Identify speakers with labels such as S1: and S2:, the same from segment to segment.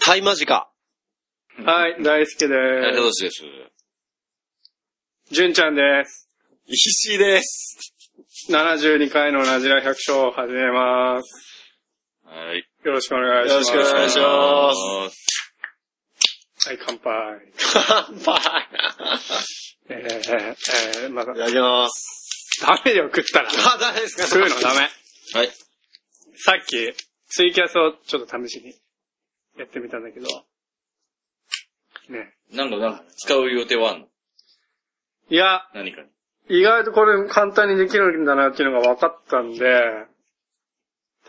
S1: はい、マジか。
S2: はい、大輔で
S3: ありがとうご
S2: ー
S3: ざいます。
S2: す。純ちゃんです。
S1: 石井です。
S2: 72回のラジラ百姓を始めます。
S3: はい。。
S2: よろしくお願いし
S1: よ
S2: ま
S1: ろし
S2: す。
S1: くお願いします
S2: す。はい、乾杯。
S1: 乾杯。
S2: えー、えー、まだ
S1: い、ただきます。
S2: ダメよ、食ったら。
S1: あ、誰ですか
S2: 食うのダメ。
S3: はい。
S2: さっき、ツイキャスをちょっと試しにやってみたんだけど、ね。
S3: なんか、なんか、使う予定はあんの
S2: いや、
S3: 何かに。
S2: 意外とこれ簡単にできるんだなっていうのが分かったんで、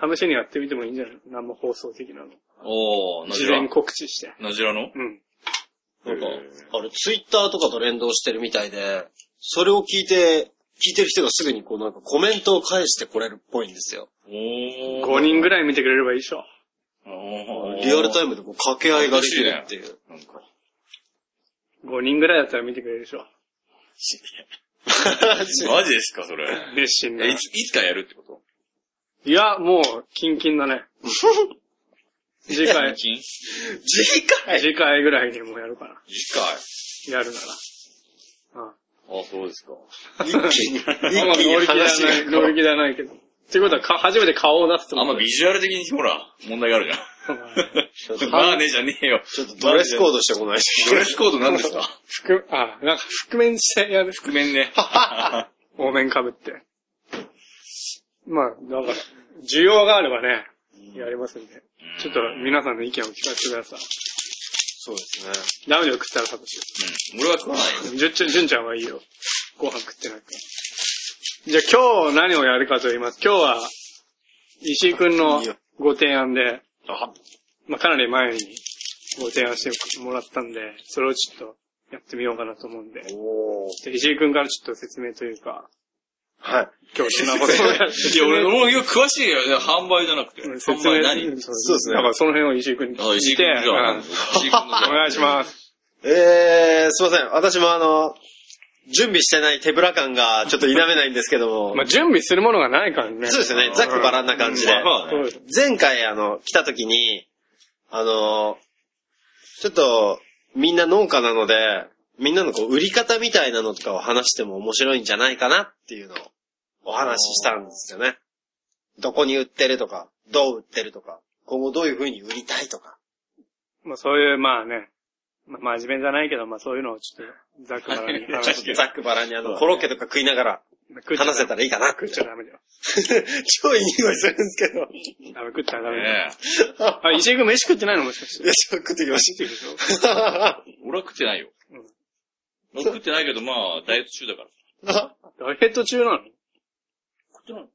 S2: 試しにやってみてもいいんじゃない生放送的なの。
S3: おー、野
S2: 事
S3: じら
S2: 前に。告知して。
S3: 野じらの
S2: うん。
S1: なんか
S3: へー、
S1: あれ、ツイッターとかと連動してるみたいで、それを聞いて、聞いてる人がすぐにこうなんかコメントを返してこれるっぽいんですよ。
S3: おー。
S2: 5人ぐらい見てくれればいいでしょ。
S3: おー。
S1: リアルタ
S3: イ
S1: イムでこう掛け合いができるっていう。
S3: ム。なんか。
S2: 5人ぐらいだったら見てくれるでしょ。
S3: マジですか、それ。
S2: 熱心な。
S3: えい
S2: い
S3: つ、いつかやるってこと
S2: や、もう、キンキンだ ね。次回、
S3: 近
S1: 次回
S2: 次回ぐらいにもうやるかな。
S3: 次回。
S2: やるなら。うん。
S3: あ、そうですか。
S1: 一気に、
S2: まあ
S1: 一気
S2: 乗
S1: に
S2: り気では
S1: 話
S2: ない、
S1: が
S2: 乗。り気ではないけど。っていうことはか、初めて顔を出すと
S3: あん
S2: 思
S3: ま
S2: う。
S3: ビジュアル的にほら、問題があるじゃん。まあね、じゃねえよ。
S1: ちょっとドレスコードしてこない
S3: ドレスコードなんですか
S2: 覆あ、なんか覆面してやる。
S3: 覆面ね。
S2: 多面被って。まあ、だから、需要があればね、やりますんで。ちょっと皆さんの意見を聞かせてください。
S1: そうですね。
S2: ダメよ、食ったらサトシ。
S3: うん俺は食わない よ。
S2: じゅ、じゅじゅんちゃんはいいよ。ご飯食ってないから。じゃあ今日何をやるかと言います。今日は、石井くんの
S1: いいよ
S2: ご提案で、
S3: あ、
S2: まあ、かなり前にご提案してもらったんで、それをちょっとやってみようかなと思うんで。
S1: おー。
S2: じゃあ石井くんからちょっと説明というか、
S1: はい。
S2: 今日どんなことをやって
S3: いや、俺、俺、詳しいよ。販売じゃなくて。
S2: うん説
S3: 販
S2: 明
S3: 売何
S2: そう
S1: そうですね
S2: だからその辺を石井君に
S3: あ、
S2: 聞
S3: 石
S2: い
S3: 井
S2: て、
S3: 君じゃ
S2: う
S3: あ
S2: ん
S3: 石井君 のじゃあ
S2: お願いします。
S1: えー、すいません。私もあの、準備してない手ぶら感がちょっと否めないんですけど も。
S2: まあ、準備するものがないからね。
S1: そうですよね。ざっくばらんな感じで。
S3: まあ
S2: そうです。
S1: 前回あの、来た時に、あの、ちょっと、みんな農家なので、みんなのこう、売り方みたいなのとかを話しても面白いんじゃないかなっていうのをお話ししたんですよね。どこに売ってるとか、どう売ってるとか、今後どういう風に売りたいとか。
S2: まあ、そういう、まあね、まあ、真面目じゃないけど、まあ、そういうのをちょっと、ざっくばらんに
S1: ちょ
S2: 話
S1: っ
S2: して
S1: とざっくばらんにあ
S3: そう
S1: の、
S3: だね
S1: コロッケとか食いながら話せた
S2: ら。
S1: らいいかな。
S2: 食っちゃダメだよ。
S1: 超いい匂いするんですけど。
S2: ダメ、食ったらダメだよ。
S3: ね
S2: あ、石井君飯食ってないのもしかして。
S1: よし、食ってきまし
S2: 食ってるでしょ
S1: た。
S3: え俺は食ってないよ
S2: うん。
S3: 俺食ってないけど、まあ、ダイエット中だから。
S2: ダイエット中なの
S3: 食ってない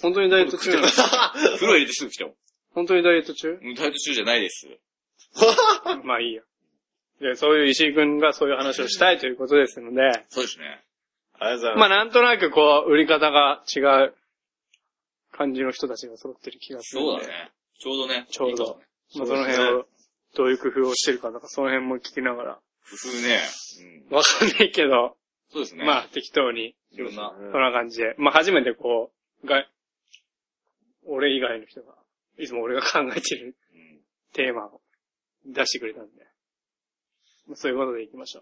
S2: 本当にダイエット中なの
S3: 風呂入れてすぐ来たもん。
S2: 本当にダイエット中
S3: うんダイエット中じゃないです。
S2: まあいいや。で、そういう石井君がそういう話をしたいということですので、
S3: そうですね。
S1: ありがとうございます
S2: まあなんとなくこう、売り方が違う感じの人たちが揃ってる気がするんで。
S3: そうだね。ちょうどね。
S2: ちょうど
S3: いいかもね。
S2: まあそ
S1: そ
S2: の
S1: うです
S2: 辺を、どういう工夫をしてるかとか、その辺も聞きながら。
S3: 工夫ね。うん。
S2: わかんないけど、
S3: そうですね。
S2: まあ適当に、
S3: いろんな。
S2: そんな感じで。まあ初めてこう、が、俺以外の人が、いつも俺が考えてる
S3: うん
S2: テーマを出してくれたんで。まあそういうことでいきましょ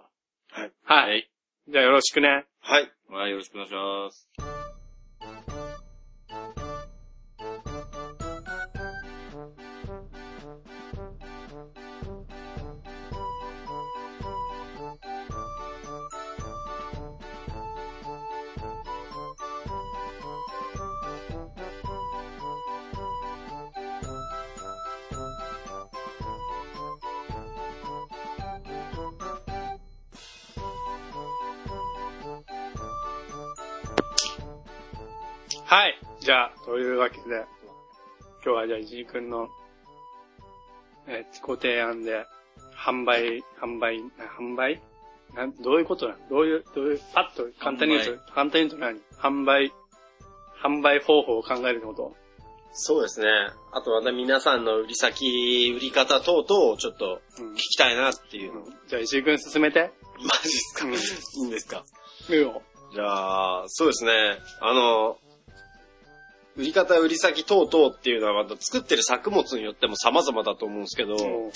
S2: う。
S1: はい。
S2: はい。
S3: はい。
S2: じゃあよろしくね。
S1: はい。
S3: はい、よろしくお願いします。
S2: はい。じゃあ、というわけで、今日はじゃあ石井くんの、えーご提案で、販売、販売、な販売なんどういうことなのどういう、どういう、パッと簡単に言うと、簡単に言うと何販売、販売方法を考えるってこと
S1: そうですね。あとはね、皆さんの売り先、売り方等々をちょっと
S2: うん
S1: 聞。きたいなっていうの。マ
S2: じゃあ石井くん進めて。
S1: ジっすか、
S2: うん
S1: いいんですか
S2: いいよ。
S1: じゃあ、そうですね。あの、売り方、売り先等々っていうのはまた作ってる作物によっても様々だと思うんですけど、
S2: うん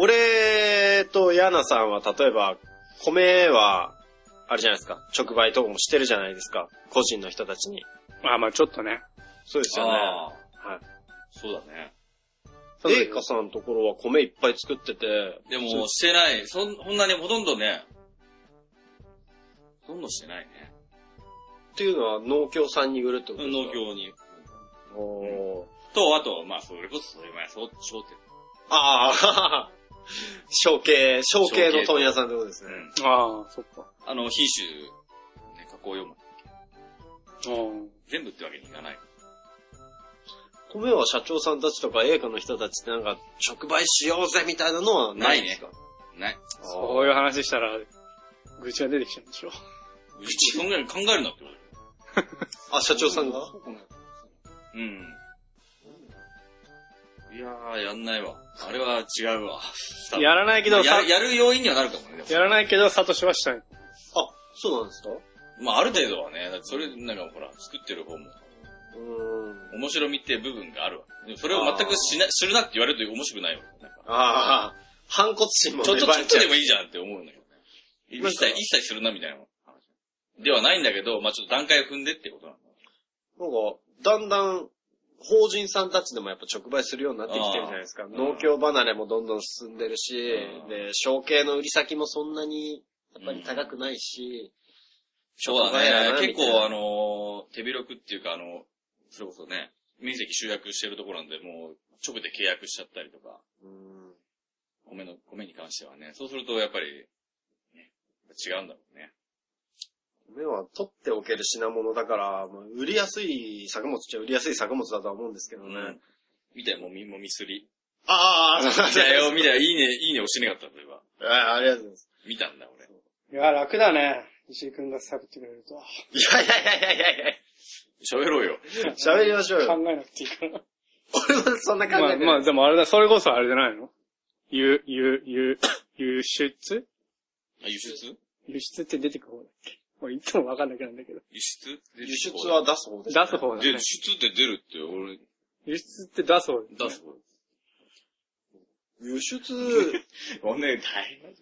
S1: 俺とヤナさんは例えば、米は、あれじゃないですか、直売とかもしてるじゃないですか、個人の人たちに。
S2: まあまあ、ちょっとね。
S1: そうですよね。
S3: あ
S1: はい。
S3: あ、そうだね。
S1: レイカさんのところは米いっぱい作ってて、
S3: でも、してない。そん、そんなにほとんどね、ほとんどしてないね。
S1: っていうのは農協さんに売るってことですか
S3: 農協に。
S1: 協。おー
S3: と、あと、まあ、それこそ、それ前、そう、商店。
S1: ああ、 小系、小系の問屋さんってことです
S3: う
S1: ね。
S3: ん。
S2: ああ、そっか。
S3: あの、品種、ね、加工用も、
S2: うん。
S3: 全部ってわけにいかない。
S1: 米は社長さんたちとか栄華の人たちってなんか、直売しようぜみたいなのはないんですか
S3: ない。
S2: そういう話したら、愚痴が出てきちゃうんでしょ。
S3: うち考える、考えるなってこと
S1: あ、社長さんが
S3: うん。いやー、やんないわ。あれは違うわ。
S2: やらないけど、
S3: や
S2: さ
S3: る、やる要因にはなるかもね。でも
S2: やらないけど、サトシはしたい。
S1: あ、そうなんですか
S3: まあ、ある程度はね、だってそれ、なんかほら、作ってる方も、
S1: うーん。
S3: 面白みって部分があるわ。でもそれを全くしな、知るなって言われると面白くないわ。なんか
S1: ああ、反骨心も
S3: ちょ、ちょ、ちょっ
S1: ち
S3: と
S1: ゃ
S3: で
S1: う
S3: もいいじゃんって思うんだけどね。
S1: なん
S3: 一
S1: か
S3: 切、一切するなみたいな話。ではないんだけど、まあちょっと段階を踏んでってことなんだ。
S1: なんか、だんだん、法人さんたちでもやっぱ直売するようになってきてるじゃないですか。
S3: ん
S1: 農協離れもどんどん進んでるし、
S3: うん
S1: で、小系の売り先もそんなに、やっぱり高くないし、
S3: そう
S1: 職場や
S3: だ
S1: な
S3: ね。結
S1: みたいな
S3: 構あのー手広くっていうかあの、それこそね、面積集約してるところなんで、もう直で契約しちゃったりとか、
S1: うん
S3: 米の、米に関してはね。そうするとやっぱり、ね、違うんだろうね。
S1: 米は取っておける品物だから、まあ売りやすい作物っちゃ売りやすい作物だとは思うんですけどね。
S3: うん。みたい、もみ、もみすり。
S1: ああ、
S3: いやよ、みたい、いいね、いいね押してなかった、例えば。
S1: あありがとうございます。
S3: 見たんだ、俺。
S2: いや、楽だね。石井くんが探ってくれると。
S1: いやいやいやいやいや
S3: 喋ろうよ。
S1: 喋りましょうよ。
S2: 考えなくていいから。
S1: 俺はそんな考え
S2: ま
S1: てな
S2: あ、
S1: い。
S2: まあ、でもあれだ、それこそあれじゃないの輸、輸、 輸、輸出
S3: あ、輸出
S2: 輸出って出てく方だっけ俺いつもわかんなくなるんだけど。
S3: 輸出
S1: 輸出は出す方で
S2: 出
S1: すね
S2: す方だ
S3: で、輸
S2: ね。
S3: 出って出るって、俺、
S2: 輸出って出す方だね
S3: 出す方。
S1: 輸出、
S3: 俺ね、大変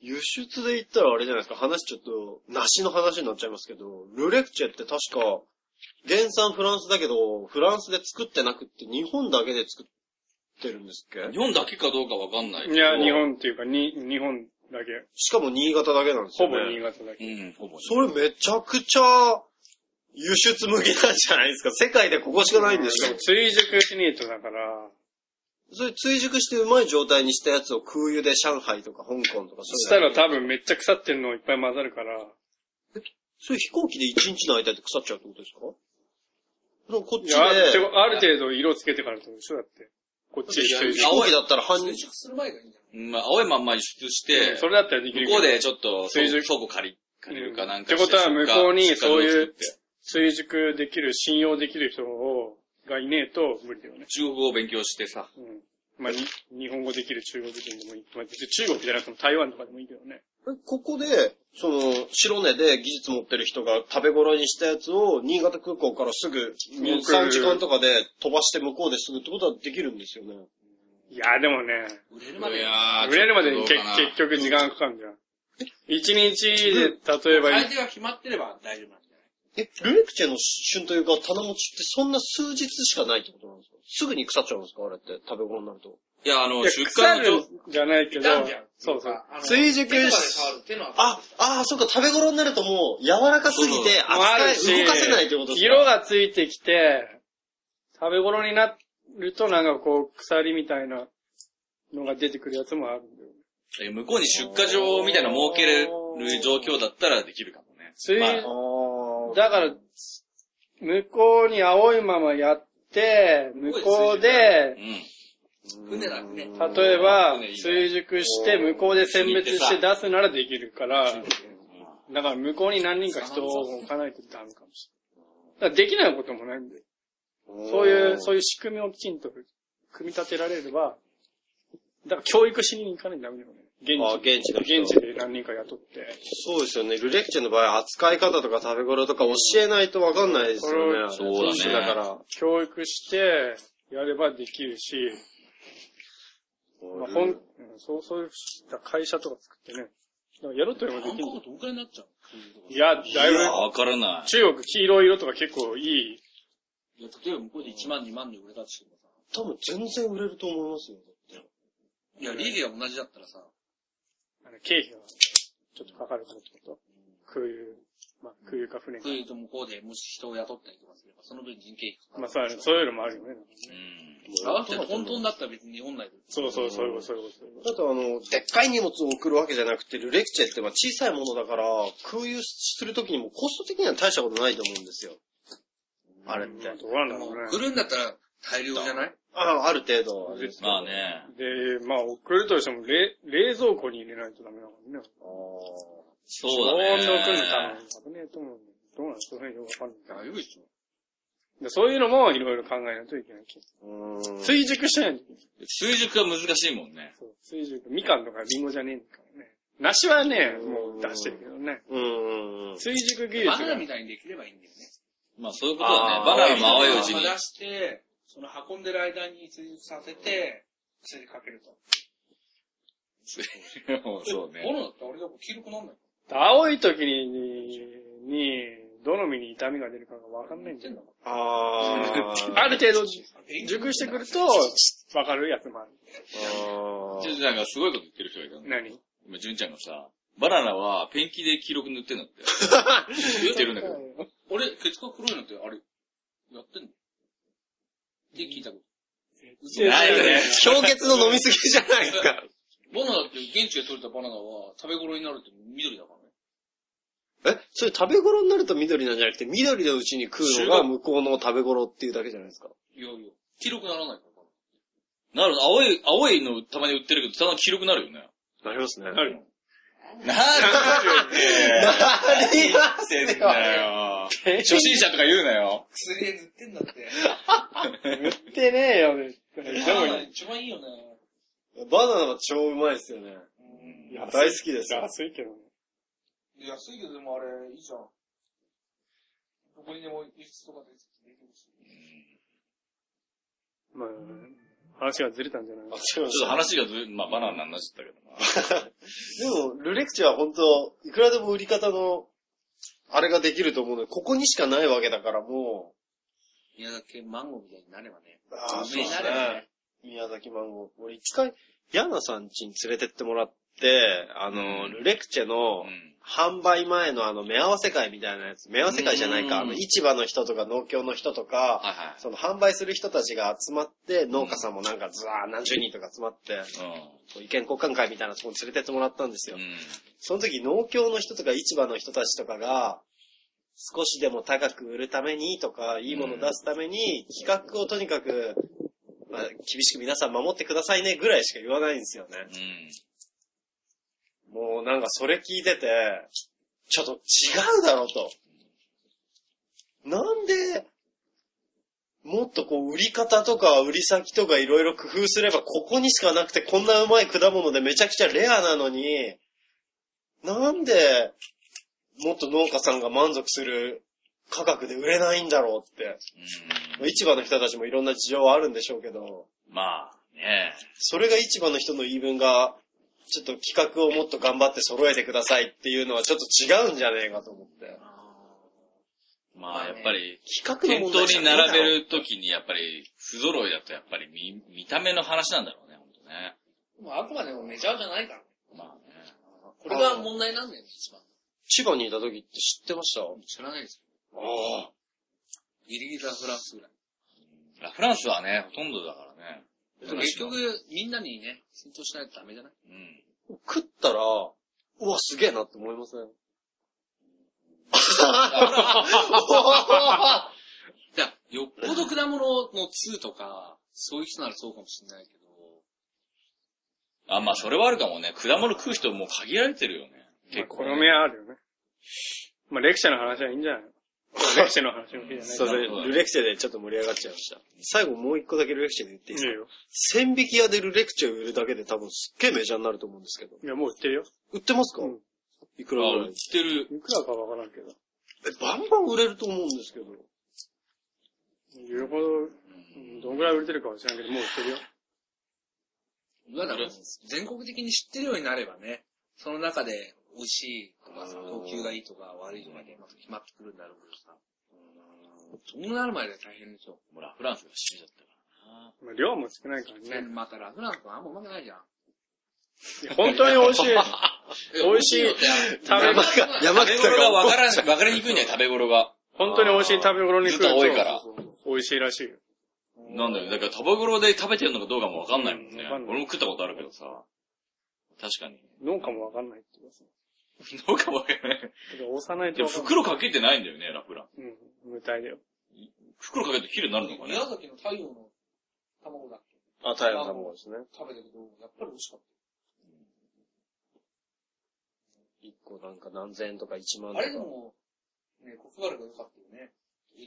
S1: 輸出で言ったらあれじゃないですか、話ちょっと、梨の話になっちゃいますけど、ルレクチェって確か、原産フランスだけど、フランスで作ってなくって、日本だけで作ってるんですっけ
S3: 日本だけかどうかわかんないけど。
S2: いや、日。本っていうか、に、日本だけ。
S1: しかも新潟だけなんです
S2: ほ
S1: よ、ね。
S2: ぼ新潟だけ。
S3: うん、ほぼ。
S1: それめちゃくちゃ、輸出向きなんじゃないですか。世界でここしかないんで
S2: し
S1: す
S2: か
S1: よ
S2: も。追熟しねえとだから、
S1: それ追熟してうまい状態にしたやつを空輸で上海とか香港とか
S2: そし
S1: そう
S2: た
S1: いうの
S2: ら多分めっちゃ腐ってるのいっぱい混ざるから、
S1: それ飛行機で一日の間で腐っちゃうってことですかでもこっ
S2: い
S1: ち
S2: や、ある
S1: で、
S2: 程度ある程度色つけてからってことでしょだって。こっちで一人
S1: 飛行機だったら半日。
S4: する前がいいんじゃ
S3: うんまあ、青いまんま輸出し
S2: で。
S3: て
S2: そ、れだったらできる
S3: 向
S2: けど。
S3: こうでちょっと
S2: 水準
S3: 倉庫借り、借りるかなんか
S2: ってことは向こうにそういう
S3: 出荷を作って
S2: 追熟できる、信用できる人を、がいねえと無理だよね。
S3: 中国語を勉強してさ、
S2: うん。まあ、に日本語できる中国人でもいい。まあ、別に中国じゃなくても台湾とかでもいいけどね。
S1: ここで、その、白根で技術持ってる人が食べ頃にしたやつを、新潟空港からすぐ、
S2: もう来る
S1: 3時間とかで飛ばして向こうですぐってことはできるんですよね。
S2: いや、でもね、
S4: 売れるまで
S3: いやー
S2: 売れるまでに
S3: ち
S2: け
S3: ょっとどうかな
S2: 結局時間かかるじゃん。一日で、例えば、
S4: 相手が決まってれば大丈夫なんじゃない
S1: え、ルレクチェの旬というか棚持ちってそんな数日しかないってことなんですかすぐに腐っちゃうんですかあれって食べ頃になると。
S3: いや、あの、
S2: いや
S3: 出
S2: 腐
S3: 荷の
S2: るじゃないけど
S4: 傷んじゃう、
S2: そうそう
S4: あ。の
S1: 追熟
S4: 手とかで
S1: し
S4: 触るっていうのは
S1: あ、ああ、そっか、食べ頃になるともう柔らかすぎて
S2: もある
S1: 扱い、動かせないってことですか
S2: 色がついてきて、食べ頃になるとなんかこう、鎖みたいなのが出てくるやつもあるんだよ。
S3: え向こうに出荷場みたいなの設けれる状況だったらできるかもね。
S2: 水
S3: まあ
S1: あ
S2: だから、向こうに青いままやって、向こうで
S3: う、ん。
S1: ー
S4: 船だ船
S2: 例えば
S3: うんいいね
S2: 追熟して、向こうで選別して出すならできるから、だから向こうに何人か人を置かないとダメかもしれない。だからできないこともないんで。そういう、そういう仕組みをきちんと組み立てられれば、だから教育しに行かないとダメだよね。現地
S1: あ現地の人
S2: 現地で何人か雇って。
S1: そうですよね。ルレッチェの場合、扱い方とか食べ頃とか教えないとわかんないですよね。
S2: そ
S3: れは
S1: だから。
S2: 教育して、やればできるし、まあ、本、うんそう、そういう会社とか作ってね。なんかやろうと思えば
S5: 韓
S2: できる
S5: 国。どんくらいになっちゃう
S2: いや、だいぶ
S3: や、わからない。
S2: 中国黄色い色とか結構いい。
S5: いや、例えば向こうで1万2万で売れたとしてもさ、
S1: 多分全然売れると思いますよ。
S5: いや、利益が同じだったらさ、
S2: あの、経費がちょっとかかるからってこと。空輸、まあ、空輸か船か
S5: そう。いうと向こうでもし人を雇ったりとかすれば、その分人件費かかる。
S2: まあ、そういう、そういうのもあるよね。
S3: うん。
S5: あわせて本当になったら別に日本内で。
S2: そうそう、そういうこと、そういうことそういうこと。
S1: だとあの、でっかい荷物を送るわけじゃなくて、ルレッチェってまあ小さいものだから、空輸するときにもコスト的には大したことないと思うんですよ。あれっ
S2: まあ
S1: て。
S2: どうなん
S5: で
S2: だろ
S5: も
S2: う
S5: 来るんだったら大量じゃない
S1: ああ、ある程度あれですけど。
S3: まあね。
S2: ね。で、まあ、送るとしても、冷、冷蔵庫に入れないとダメだからね。
S1: あ
S3: そうだね。
S2: 常温で送るの多分、危ねえと思うんだけどどうなんですかね、よくわかんないけど
S5: 大丈夫でしょ。
S2: で。そういうのもいろいろ考えないといけない。
S1: ーうーん。
S2: 追熟しないといけない。
S3: 追熟は難しいもんね。
S2: そう、追熟。みかんとかりんごじゃねえんだからね。梨はね、もう出してるけどね。
S1: うーん。
S2: 追熟技
S5: バ
S2: 術
S5: ナナみ
S2: が。
S5: たいにできればいいんだよね。
S3: まあそういうことだ
S1: あ
S3: ね。
S1: ー
S3: バナナも
S1: 青
S3: 青
S1: い
S3: いうちに。
S5: 出して、その運んでる間に追熟させて、薬かけると。
S3: そう
S5: ボ
S3: ね。
S5: ロだって俺が黄色くなんない。
S2: 青い時に、に、にどの実に痛みが出るかがわかんないんだよ。
S1: あー。
S2: ある程度、
S5: 勉強
S2: 熟してくると、わかるやつもあ
S1: あ
S2: る。
S3: じゅん
S1: ー
S3: ちゃんがすごいこと言ってる人がいたの。
S2: 何
S3: 今、じゅんちゃんがさ、バナナはペンキで黄色く塗ってんだって。言ってるんだけど。
S5: 俺、血が黒いのって、あれ、やってんのって聞いたこと。嘘
S2: いや
S3: ないよね。
S1: 氷結の飲みすぎじゃないですか。
S5: バナナって、現地で取れたバナナは、食べ頃になるって緑だからね。
S1: え、それ食べ頃になると緑なんじゃなくて、緑のうちに食うのが向こうの食べ頃っていうだけじゃないですか。
S5: いやいや、黄色くならないから。
S3: なるほど。青い、青いのたまに売ってるけど、たまに黄色くなるよね。
S1: なりますね。
S2: ある。
S3: なるよね。
S1: なります
S3: 言ってん
S1: よ。
S3: だよ。初心者とか言うなよ。
S5: 薬で塗ってんだって。
S2: 言ってねえよ、絶対でも
S5: バナナ一番いいよね。
S1: バナナ超うまいですよね。
S5: うん
S2: 安い
S1: 大好きですよ。
S2: 安いけどね。
S5: 安いけど、でもあれ、いいじゃん。どこにでも輸出とかでできるし。
S2: まあ、話がずれたんじゃない
S1: ちょ
S3: ちょっと話がずれ、まあバナナになっちゃったけどな。
S1: でも、ルレクチェは本当いくらでも売り方の、あれができると思うので、ここにしかないわけだからも
S5: 宮崎県マンゴーみたいになればね。
S1: う、あー
S5: 有名になればね。
S1: う宮崎マンゴー。俺一回、ヤナさん家に連れてってもらって、あの、
S3: うん
S1: ルレクチェの、
S3: うん
S1: 販売前のあの、目合わせ会みたいなやつ、目合わせ会じゃないか、
S3: う
S1: あ
S3: ん
S1: の、市場の人とか農協の人とか、
S3: はいはい。
S1: その販売する人たちが集まって、農家さんもなんかずわー何十人とか集まって、こう意見交換会みたいなとこに連れてってもらったんです
S3: う
S1: よ
S3: ん。う。ん。
S1: その時農協の人とか市場の人たちとかが、少しでも高く売るためにとか、いいものを出すために、企画をとにかく、まあ、厳しく皆さん守ってくださいねぐらいしか言わないんですよね。
S3: うん。
S1: もうなんかそれ聞いてて、ちょっと違うだろうと。なんで、もっとこう売り方とか売り先とかいろいろ工夫すればここにしかなくてこんなうまい果物でめちゃくちゃレアなのに、なんでもっと農家さんが満足する価格で売れないんだろうって。
S3: うん
S1: 市場の人たちもいろんな事情はあるんでしょうけど。
S3: まあ、ね
S1: それが市場の人の言い分が、ちょっと企画をもっと頑張って揃えてくださいっていうのはちょっと違うんじゃねえかと思って。
S3: まあ、やっぱり、
S1: 企画
S3: 店
S1: の問
S3: 頭
S1: 題じゃ
S3: に
S1: ないだろ
S3: 並べるときに、やっぱり、不揃いだと、やっぱり見、見た目の話なんだろうね、ほんとね。
S5: まあ、あくまでもメジャーじゃないから。
S3: まあね。
S5: これが問題なんだよ、一番。
S1: 千葉にいた時って知ってましたあ
S5: 知らないです
S1: あ。
S5: よ。ギリギリザ・フランスぐらい。
S3: ラフランスはね、ほとんどだからね。
S5: でも結局、みんなにね、浸透しないとダメじゃない
S3: うん。
S1: 食ったら、うわ、すげえなって思いません
S5: だからよっぽど果物の2とか、そういう人ならそうかもしれないけど、
S3: あ、まあ、それはあるかもね。果物食う人もう限られてるよね。
S2: まあ、この目はあるよね。まあ、レクチャーの話はいいんじゃないのレクシェの話も聞いてない。
S1: それ、ルレクチェでちょっと盛り上がっちゃいました。最後もう一個だけルレクチェで言っていい
S2: い
S1: で
S2: い
S1: すか
S2: よ。
S1: 千匹屋でルレクチェを売るだけで多分すっげえメジャーになると思うんですけど。
S2: いや、もう売ってるよ。
S1: 売ってますか、
S2: うん
S1: いくらぐら
S3: あ、
S1: い
S3: 売ってる。
S2: いくらかわからんけど。
S1: え、バンバン売れると思うんですけど。
S2: 言うほど、うんどんぐらい売れてるかは知らんけど、もう売ってるよ。
S5: だから、全国的に知ってるようになればね、その中で美味しいとかさ、高級がいいとか悪いとかね、また決まってくるんだろうけどさ。そうなるまで大変でしょ。
S3: もうラフランスが死んじゃったからな。
S2: まあ、量も少ないからね。
S5: また楽なんかあんまうまくないじゃん。
S2: いや本当に美味しい。美味しい。
S5: 食べ
S2: べ
S5: 物
S2: 物
S5: が、
S1: 山
S3: 食べ
S1: 北
S3: 頃が
S1: が。
S3: 分からん、分かりにくいんだよ、食べ頃が。
S2: 本当に美味しい食べ頃に来る
S3: ずっと多いから
S2: そうそうそう美味しいらしいよ。
S3: なんだよ、だから食べ頃で食べてるのかどうかも分かんないもんね
S2: わかん。ない
S3: 俺も食ったことあるけどさ。確かに。
S2: 農家もわかんないって言いますね。
S3: どうか分かんない。
S2: けど押さない
S3: で
S2: と
S3: も
S2: わかんない。
S3: 袋かけてないんだよね、ラフラン。
S2: うん、無体だよ。
S3: 袋かけて綺麗になるのかね
S4: 宮。崎の太陽の卵だっけ
S1: あ、太陽の卵ですね。
S4: 食べたけど、やっぱり美味しかっ
S1: 一個なんか何千円とか一万
S4: た。あれでも、ね、コクがあるからよかったよね。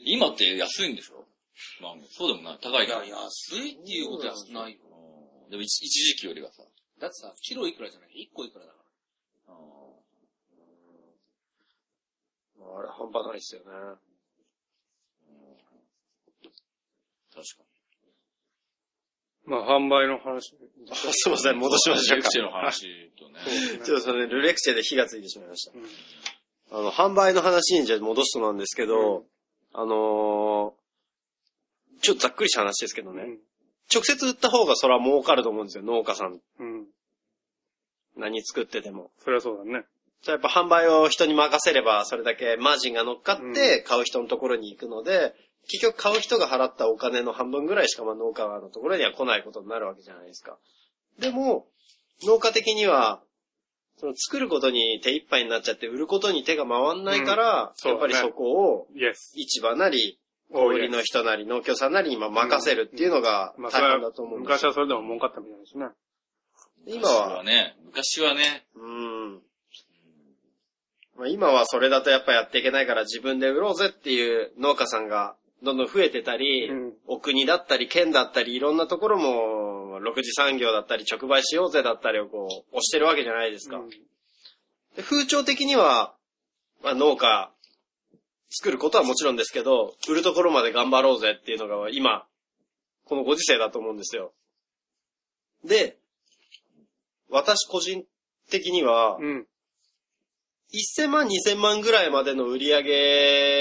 S3: 今って安いんでしょまあ、そうでもない。高い
S5: い
S3: から。
S5: や、安いっていうことは安くないよ。
S3: うんでも一一時期よりはさ。
S5: だってさ、キロいくらじゃない一個いくらだか
S1: あれ半端ないですよね。
S3: 確か
S2: まあ、販売の話。
S1: あすいません、戻しま
S3: に。
S1: しょう
S3: レ
S1: か
S3: ク。チェの話とね。
S1: ちょっとそれ、ルレクチェで火がついてしまいました。
S2: うん
S1: あの、販売の話にじゃあ戻すとなんですけど、
S2: うん
S1: あのーちょっとざっくりした話ですけどね、
S2: うん
S1: 直接売った方がそれは儲かると思うんですよ、農家さん。
S2: うん。
S1: 何作ってても。
S2: そりゃそうだね。
S1: やっぱ販売を人に任せれば、それだけマージンが乗っかって、買う人のところに行くので、結局買う人が払ったお金の半分ぐらいしかまあ農家のところには来ないことになるわけじゃないですか。でも、農家的には、その作ることに手一杯になっちゃって、売ることに手が回んないから、
S2: うん
S1: やっぱり
S2: そうだ
S1: そ
S2: ね
S1: こを
S2: イエス。
S1: 市場なり、小
S2: お
S1: 売りの人なり、農協さんなりに今任せるっていうのが
S2: まあ、そ
S1: 大
S2: れ
S1: 変だ
S2: は
S1: と思、うんです
S2: 昔
S1: よ。
S2: はそれでも儲かったみたいですね。
S1: 今は、
S3: ね、昔はね、
S1: うん。まあ、今はそれだとやっぱやっていけないから自分で売ろうぜっていう農家さんがどんどん増えてたり、
S2: うん
S1: お国だったり県だったりいろんなところも、6次産業だったり直売しようぜだったりをこう、押してるわけじゃないですか。
S2: うん
S1: で風潮的には、まあ、農家、作ることはもちろんですけど、売るところまで頑張ろうぜっていうのが今、このご時世だと思うんですよ。で、私個人的には、
S2: うん。
S1: 1000万、2000万ぐらいまでの売り上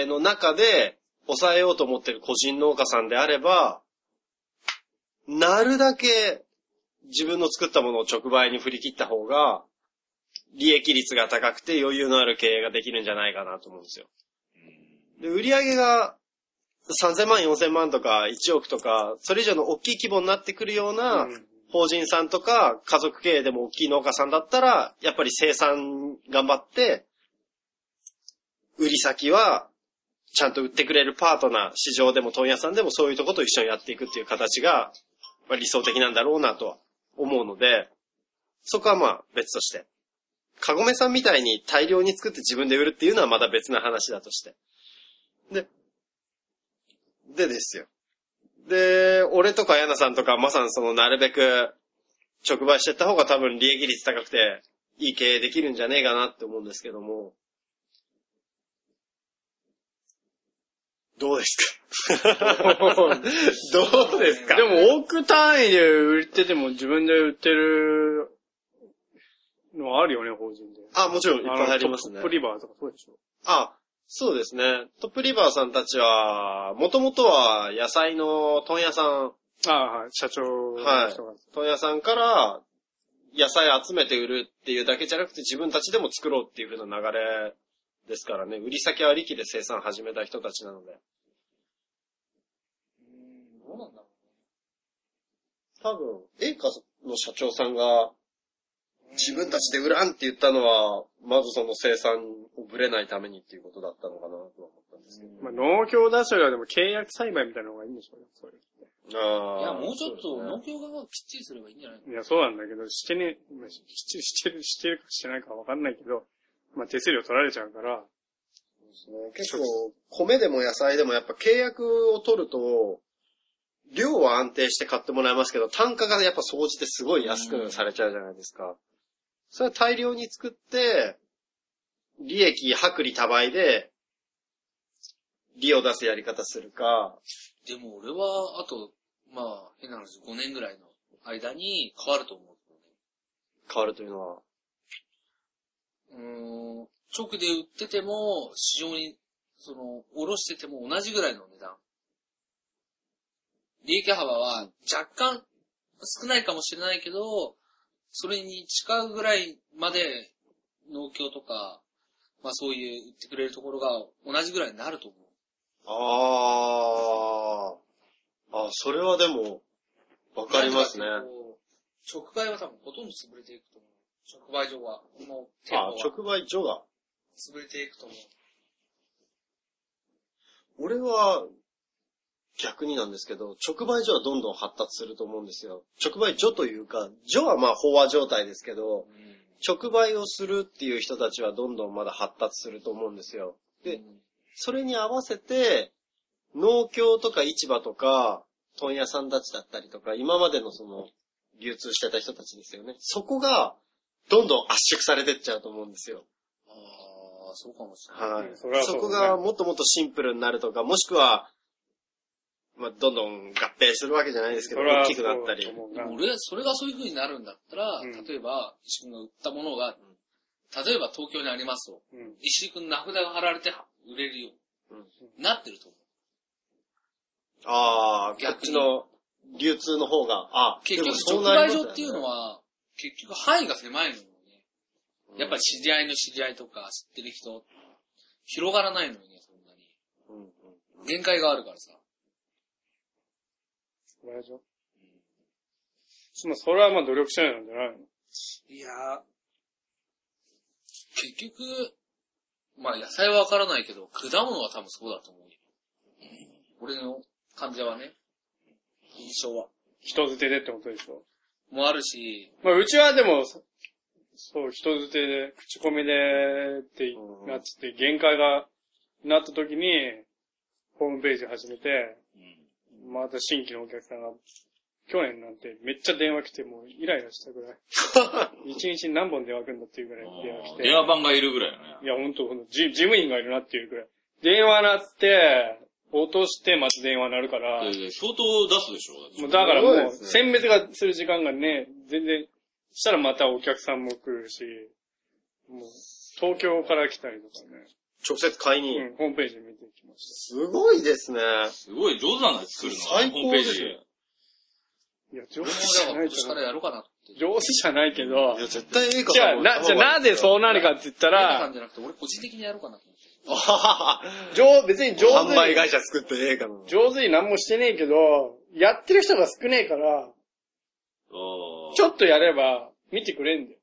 S1: げの中で、抑えようと思ってる個人農家さんであれば、なるだけ自分の作ったものを直売に振り切った方が、利益率が高くて余裕のある経営ができるんじゃないかなと思うんですよ。で、売り上げが3000万、4000万とか1億とか、それ以上の大きい規模になってくるような、
S2: うん
S1: 法人さんとか家族経営でも大きい農家さんだったら、やっぱり生産頑張って、売り先はちゃんと売ってくれるパートナー、市場でも問屋さんでもそういうとこと一緒にやっていくっていう形がまあ理想的なんだろうなとは思うので、そこはまあ別として。カゴメさんみたいに大量に作って自分で売るっていうのはまだ別な話だとして。で、でですよ。で、俺とかヤナさんとかまさにそのなるべく直売してった方が多分利益率高くていい経営できるんじゃねえかなって思うんですけども。どうですか どうですか
S2: でも、億単位で売ってても自分で売ってるのあるよね、法人で。
S1: あ、もちろんいっぱいあります
S2: あの
S1: ね
S2: トッ。プリバーとかそうでしょ。
S1: あ、そうですね。トップリバーさんたちは、もともとは野菜の問屋さん、
S2: ああ、はい。社長の人が。
S1: はい問屋さんから野菜集めて売るっていうだけじゃなくて自分たちでも作ろうっていう風な流れですからね。売り先ありきで生産始めた人たちなので。
S4: うーん、どうなんだろ
S1: 多分、栄華の社長さんが自分たちで売らんって言ったのは、まずその生産をぶれないためにっていうことだったのかなとは思ったんですけど。
S2: まあ、農協出すよりはでも契約栽培みたいな方がいいんでしょうね、そういう。
S1: あ
S5: ら。
S1: ー
S5: いや、もうちょっ
S1: そ
S5: と
S1: うですね
S5: 農協側がきっちりすればいいんじゃない
S2: いや、そうなんだけど、してね、まあしきっちりしてる、してるかしてないかわかんないけど、まあ手数料取られちゃうから、
S1: ですね。結構、米でも野菜でもやっぱ契約を取ると、量は安定して買ってもらえますけど、単価がやっぱ総じてすごい安くされちゃうじゃないですか。それは大量に作って、利益、薄利多売で、利を出すやり方するか、
S5: でも俺は、あと、まあ、変な話、5年ぐらいの間に変わると思うけどね。
S1: 変わるというのは。
S5: うーん、直で売ってても、市場に、その、おろしてても同じぐらいの値段。利益幅は若干少ないかもしれないけど、それに近うぐらいまで農協とか、まあそういう売ってくれるところが同じぐらいになると思う。
S1: あー。あ、それはでも、わかりますね。
S5: な
S1: あ
S5: んか、こう直売は多分ほとんど潰れていくと思う。直売所は、この店舗は
S1: 直売所が。
S5: 潰れていくと思う。
S1: 俺は、逆になんですけど、直売所はどんどん発達すると思うんですよ。直売所というか、所はまあ飽和状態ですけど、直売をするっていう人たちはどんどんまだ発達すると思うんですよ。で
S5: うん
S1: それに合わせて、農協とか市場とか、問屋さんたちだったりとか、今までのその、流通してた人たちですよね。そこが、どんどん圧縮されてっちゃうと思うんですよ。
S5: ああ、そうかもしれない。
S1: はい
S2: うん。それはそう
S1: そこ
S2: ね
S1: がもっともっとシンプルになるとか、もしくは、まあ、どんどん合併するわけじゃないですけど、大きくなったり。
S2: 思う
S5: で
S2: な
S5: も俺、それがそういう風になるんだったら、
S2: うん
S5: 例えば、石井君が売ったものが、例えば東京にありますと、
S2: うん
S5: 石井君の名札が貼られて売れるように、なってると思う。
S1: ああ、こっ
S5: 逆
S1: ち
S5: に
S1: の流通の方が、あ
S5: 結
S1: でも
S5: 局、
S1: そう
S5: 直
S1: な
S5: 売
S1: りますよ
S5: 所
S1: ね
S5: っていうのは、結局範囲が狭いのよね。やっぱり知り合いの知り合いとか知ってる人、広がらないのよね、そんな
S1: う
S5: に。
S1: んうん
S5: 限界があるからさ。
S2: 直売所まあ、それはまあ努力しないなんじゃないの
S5: いや結局、まあ野菜はわからないけど、果物は多分そうだと思うよ。俺の患者はね、印象は。
S2: 人づてでってことでしょ。
S5: もあるし、
S2: まあ、うちはでも、そそう、人づてで、口コミでって
S1: うん
S2: なっつって、限界がなった時に、ホームページ始めて、また新規のお客さんが、去年なんてめっちゃ電話来て、もうイライラしたぐらい。一日に何本電話来るんだっていうぐらい電話来て。
S3: 電話番がいるぐらいのね。
S2: いや、ほんと、ほんと、じ事務員がいるなっていうくらい。電話鳴って、落としてまた電話鳴るから、
S3: いやいや相当出すでしょ。
S2: もうだからも、
S1: すごいうですね
S2: 選別がする時間がね、全然、したらまたお客さんも来るし、もう、東京から来たりとかね、
S1: 直接買いうに、
S2: ん、ホームページ見てきまし
S1: すごいですね。
S3: すごい上手なんだよ、作るの。
S1: 最高です
S3: ホームページ
S1: よ
S2: た。いや、上手
S5: 俺も
S2: じ
S5: だ
S2: ゃ
S5: か
S2: な
S5: ら
S2: い
S5: 今年からやろうかなって。
S2: 上手じゃないけど
S1: い、や、絶対いいか
S2: じゃあ、な、じゃあなぜそうなるかって言った
S5: ら、さん
S2: ら、
S5: じゃなくて俺個人的にやろうかなと思って。
S2: 上、別に上手
S1: 販売
S2: に、
S1: 会社作ってええかな。
S2: 上手に何もしてねえけど、やってる人が少ねえから、
S3: あー
S2: ちょっとやれば、見てくれんだよ。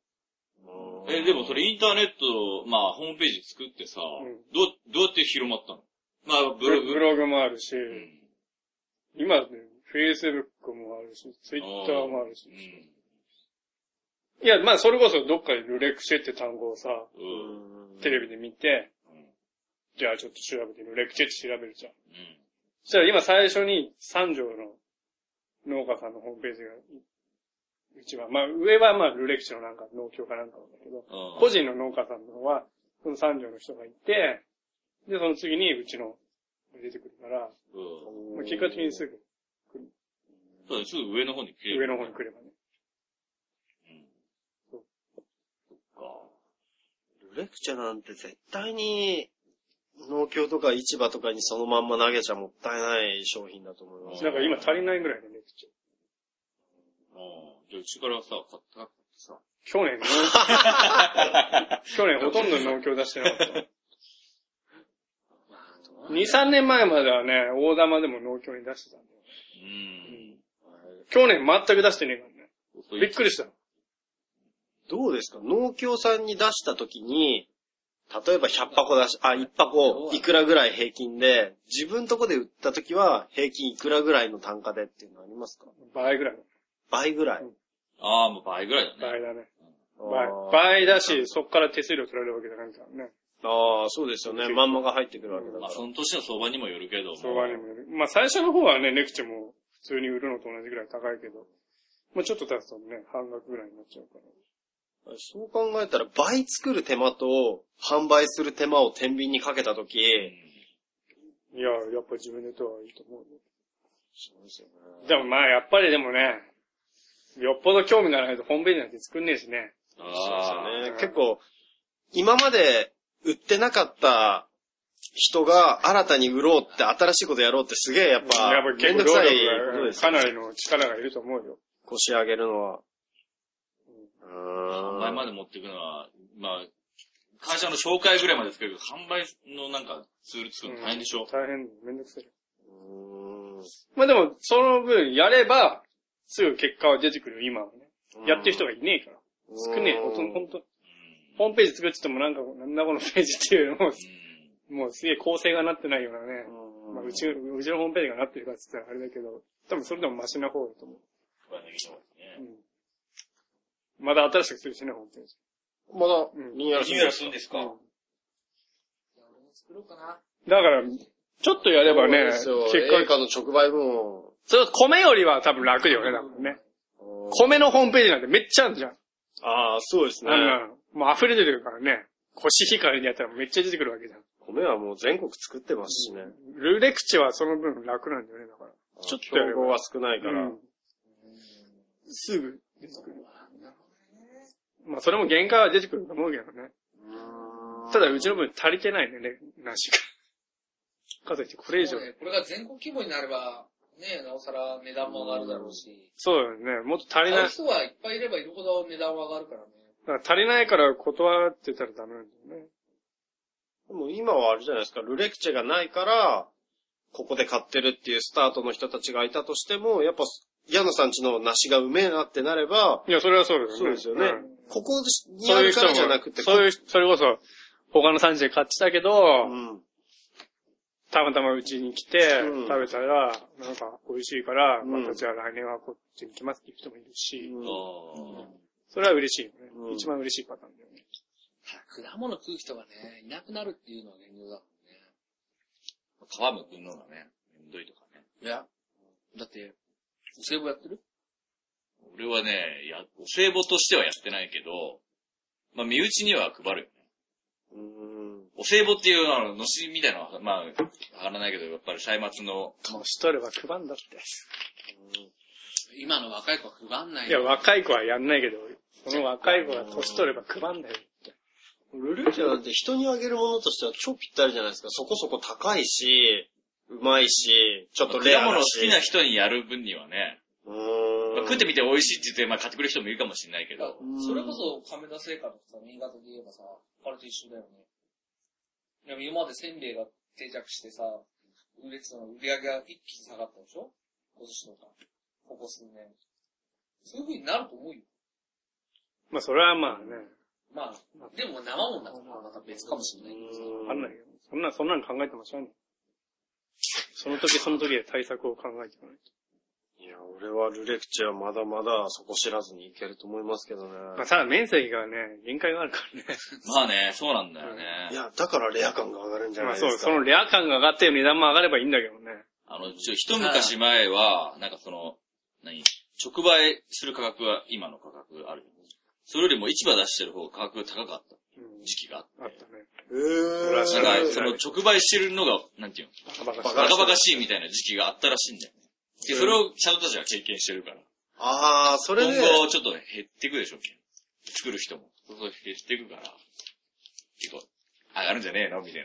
S3: え、でもそれインターネット、まあ、ホームページ作ってさ、
S2: ん
S3: どう、どうやって広まったのまあ、ブ
S2: ブロ
S3: ロ
S2: グ
S3: グ。
S2: もあるし、
S3: うん
S2: 今ね、Facebook もあるし、Twitter もあるし
S3: う。ん
S2: いや、まあそれこそどっかでルレクシェって単語をさ、
S3: うん。
S2: テレビで見て、
S3: うん
S2: じゃあちょっと調べて、ルレクシェって調べるじゃん。
S3: うん
S2: そしたら今最初に三条の農家さんのホームページが一番、まあ上はまあルレクシェのなんか農協かなんかなんだけど、
S3: あー
S2: 個人の農家さんの方は、その三条の人がいて、で、その次にうちの出てくるから、
S3: うん
S2: まあ、結果的にすぐ
S3: そうだねすぐ上の方に来れる。
S2: 上の方に来ればね。
S1: ルレクチャーなんて絶対に、農協とか市場とかにそのまんま投げちゃもったいない商品だと思います。
S2: なんか今足りないぐらいのレクチ
S3: あーじゃあ、うちからさ、買った買ってさ。
S2: ャー。去年、去年ほとんど農協出してなかった。
S5: まあ、どう
S2: 2、3年前まではね、大玉でも農協に出してたんだよ。
S3: うん。
S2: 去年全く出してねえからね。
S3: 遅い
S2: びっくりした。
S1: どうですか農協さんに出した時に、例えば100箱出し、あ、1箱いくらぐらい平均で、自分とこで売った時は平均いくらぐらいの単価でっていうのありますか
S2: 倍ぐらい。
S1: 倍ぐらい。
S3: ああ、もう倍ぐらいだね。
S2: 倍だね。
S1: あー
S2: 倍。倍だし、そっから手数料取られるわけじゃないからね。
S1: ああ、そうですよね。まんまが入ってくるわけだか
S3: まあ、
S1: ら。
S3: その年の相場にもよるけども。
S2: 相場にもよる。まあ最初の方はね、ネクチェも普通に売るのと同じぐらい高いけど、まあちょっと経つとね、半額ぐらいになっちゃうから。
S1: そう考えたら、倍作る手間と、販売する手間を天秤にかけたとき、
S2: いや、やっぱ自分でやった方がいいと思うよ。
S1: そうですよね。
S2: でもまあやっぱりでもね、よっぽど興味がないとホームページなんて作んねえしね。
S3: ああ、
S1: ね結構、今まで売ってなかった人が新たに売ろうって、新しいことやろうってすげえやっぱ、
S2: やっぱ
S1: めんどく
S2: 結構
S1: さい
S2: 労
S1: ことです
S2: 力
S1: よ
S2: が、かなりの力がいると思うよ。
S1: 腰上げるのは。
S3: 販売まで持っていくのは、まあ、会社の紹介ぐらいまで作るけど、販売のなんかツール作るの大変でしょ、
S2: うん大変、めんどくさい。
S1: うーん
S2: まあでも、その分やれば、すぐ結果は出てくるよ、今はね。やってる人がいねえから。少ねえ、ほとんど、ほんと。ホームページ作るって言ってもなんか、なんだこのページっていうのも、もうすげえ構成がなってないようなね。
S1: うん
S2: まあ、うち、うちのホームページがなってるかって言ったらあれだけど、多分それでもマシな方だと思う。うん。まだ新しくするしね、ホームページ。
S1: まだ
S2: うん、
S1: ニューアル
S3: ニューアルするんですか、
S2: うん
S5: いや俺も作ろうかな。
S2: だから、ちょっとやればね、結
S1: 結果以
S2: 果、
S1: 下の直売分を。
S2: それ米よりは多分楽よね、多分ね。米のホームページなんてめっちゃあるじゃん。
S1: ああ、そうですね
S2: あ。んなの。もう溢れてるからね。コシヒカリでやったらめっちゃ出てくるわけじゃん。
S1: 米はもう全国作ってますしね。
S2: ルレクチはその分楽なんだよね、だから。ちょっとやれ
S1: 競合
S2: ば。
S1: は少ないから。
S2: うんすぐ出てくる。まあそれも限界は出てくると思うけどね。ただうちの分足りてないね、ねなし か。かといってこれ以上
S5: そう。ねこれが全国規模になれば、ね、なおさら値段も上がるだろうし。
S2: そうだよね。もっと足り
S5: 買
S2: な
S5: う
S2: い。
S5: 人はいっぱいいればいるほど値段は上がるからね。
S2: だから足りないから断ってたらダメなんだよね。
S1: でも今はあれじゃないですか、ルレクチェがないから、ここで買ってるっていうスタートの人たちがいたとしても、やっぱ、矢野さんちの梨がうめえなってなれば、
S2: いや、それはそうですよね。
S1: そうですよね。
S2: ん
S1: ここに
S2: そ
S1: あ
S2: ういう
S1: る
S2: 人
S1: か
S2: も
S1: らじゃなくて、
S2: そういう、それこそ、他の産地で買ってたけど、
S1: うん。
S2: たまたまうちに来て
S1: う、ん
S2: 食べたら、なんか美味しいから、
S1: うん
S2: またじゃあ来年はこっちに来ますっていう人もいるし、
S1: うん
S3: あ
S2: それは嬉しいよね。
S1: うん
S2: 一番嬉しいパターンだよね。
S5: 果物食う人がね、いなくなるっていうのは現状だもんね。
S3: あ。皮むくのがね、めんどいとかね。
S5: いや、だって、お歳暮やってる
S3: 俺はね、や、お歳暮としてはやってないけど、まあ、身内には配るよね。
S1: うん。
S3: お歳暮っていう、あの、のしみたいなのは、まあ、貼らないけど、やっぱり歳末の、
S2: 年取れば配んだって。
S5: 今の若い子は配んない
S2: いや、
S5: よ。
S2: 若い子はやんないけど、その若い子が年取れば配んだよ。
S1: ルルキャなんて人にあげるものとしては超ぴったりじゃないですか。そこそこ高いし、うまいし、ちょっとレ
S3: 果
S1: ア
S3: 物
S1: だ
S3: 好
S1: し。
S3: きな人にやる分にはね、
S1: う
S3: ま
S1: ー
S3: あ、
S1: ん。
S3: 食ってみて美味しいって言って、まあ、買ってくる人もいるかもしれないけど、
S1: うん
S5: それこそ亀田製菓とかさ、新潟で言えばさ、あれと一緒だよね。でも今までせんべいが定着してさ、売れてたの売り上げが一気に下がったでしょ今年とか。ここ数年。そういう風になると思うよ。
S2: まあ、それはまあね、
S5: まあ、でも生もんだからまた別かもしれないけどさ。
S2: わかんないけど、そんな、そんなの考えてもしょうがない。その時その時で対策を考えていかないと。
S1: いや、俺はルレクチェはまだまだそこ知らずにいけると思いますけどね。
S2: まあ、ただ面積がね、限界があるからね。
S3: まあね、そうなんだよね。
S1: いや、だからレア感が上がるんじゃ
S2: ま
S1: な
S2: あ
S1: い
S2: そ
S1: で
S2: う、
S1: すか。
S2: そのレア感が上がって値段も上がればいいんだけどね。
S3: あの、ちょ、一昔前は、なんかその、何直売する価格は今の価格あるよね。それよりも市場出してる方が価格が高かった
S2: うん
S3: 時期があって。
S2: あったね。
S1: えー
S2: そ
S3: なん
S2: れは
S3: か、その直売してるのが、なんていうの
S2: バカバカし
S1: バ
S2: い
S1: カ
S3: バカバカしいみたいな時期があったらしいんだよね。で、それを社長たちは経験してるから。
S1: ああ、それ
S3: 今
S1: で、
S3: 後ちょっとね、減ってくでしょ、みたいな作る人も。そうそう減ってくから、結構、上がるんじゃねえのみたい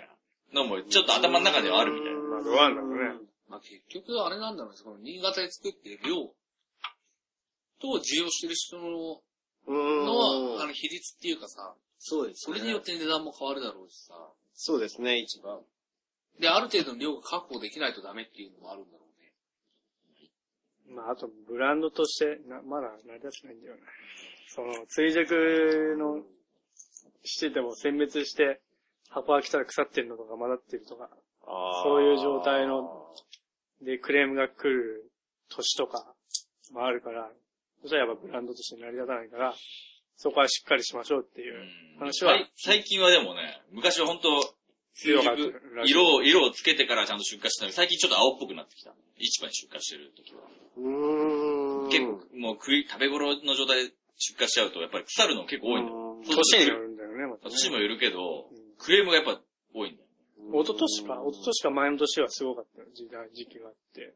S3: な。のも、ちょっと頭の中ではあるみたいな。
S2: まあどうなんだろうね。
S5: まあ結局あれなんだろうね、その新潟で作ってる量と需要してる人の、
S1: うーん
S5: の、あの比率っていうかさ、
S1: そうです
S5: そ
S1: ね。
S5: れによって値段も変わるだろうしさ。
S1: そうですね、一番。
S5: で、ある程度の量が確保できないとダメっていうのもあるんだろうね。
S2: まああとブランドとしてな、まだ成り立ってないんだよね。その、追熟の、してても選別して、箱が来たら腐ってんのとか混ざってるとか、そういう状態の、で、クレームが来る年とかもあるから、そしたらやっぱブランドとして成り立たないから、そこはしっかりしましょうっていううん話は
S3: さい最近はでもね、昔は本当
S2: 強かった
S3: 結局色を、色をつけてからちゃんと出荷してたのに最近ちょっと青っぽくなってきた。市場に出荷してる時は。
S1: うーん。
S3: 結構、もう食い、食べ頃の状態で出荷しちゃうと、やっぱり腐るの結構多いんだよ。
S2: うん
S3: そう年に
S2: よるんだよね、またね
S3: 年もよるけど
S2: う、ん
S3: クレームがやっぱ多いんだよ。
S2: 一昨年か、一昨年か前の年はすごかった時代、時期があって。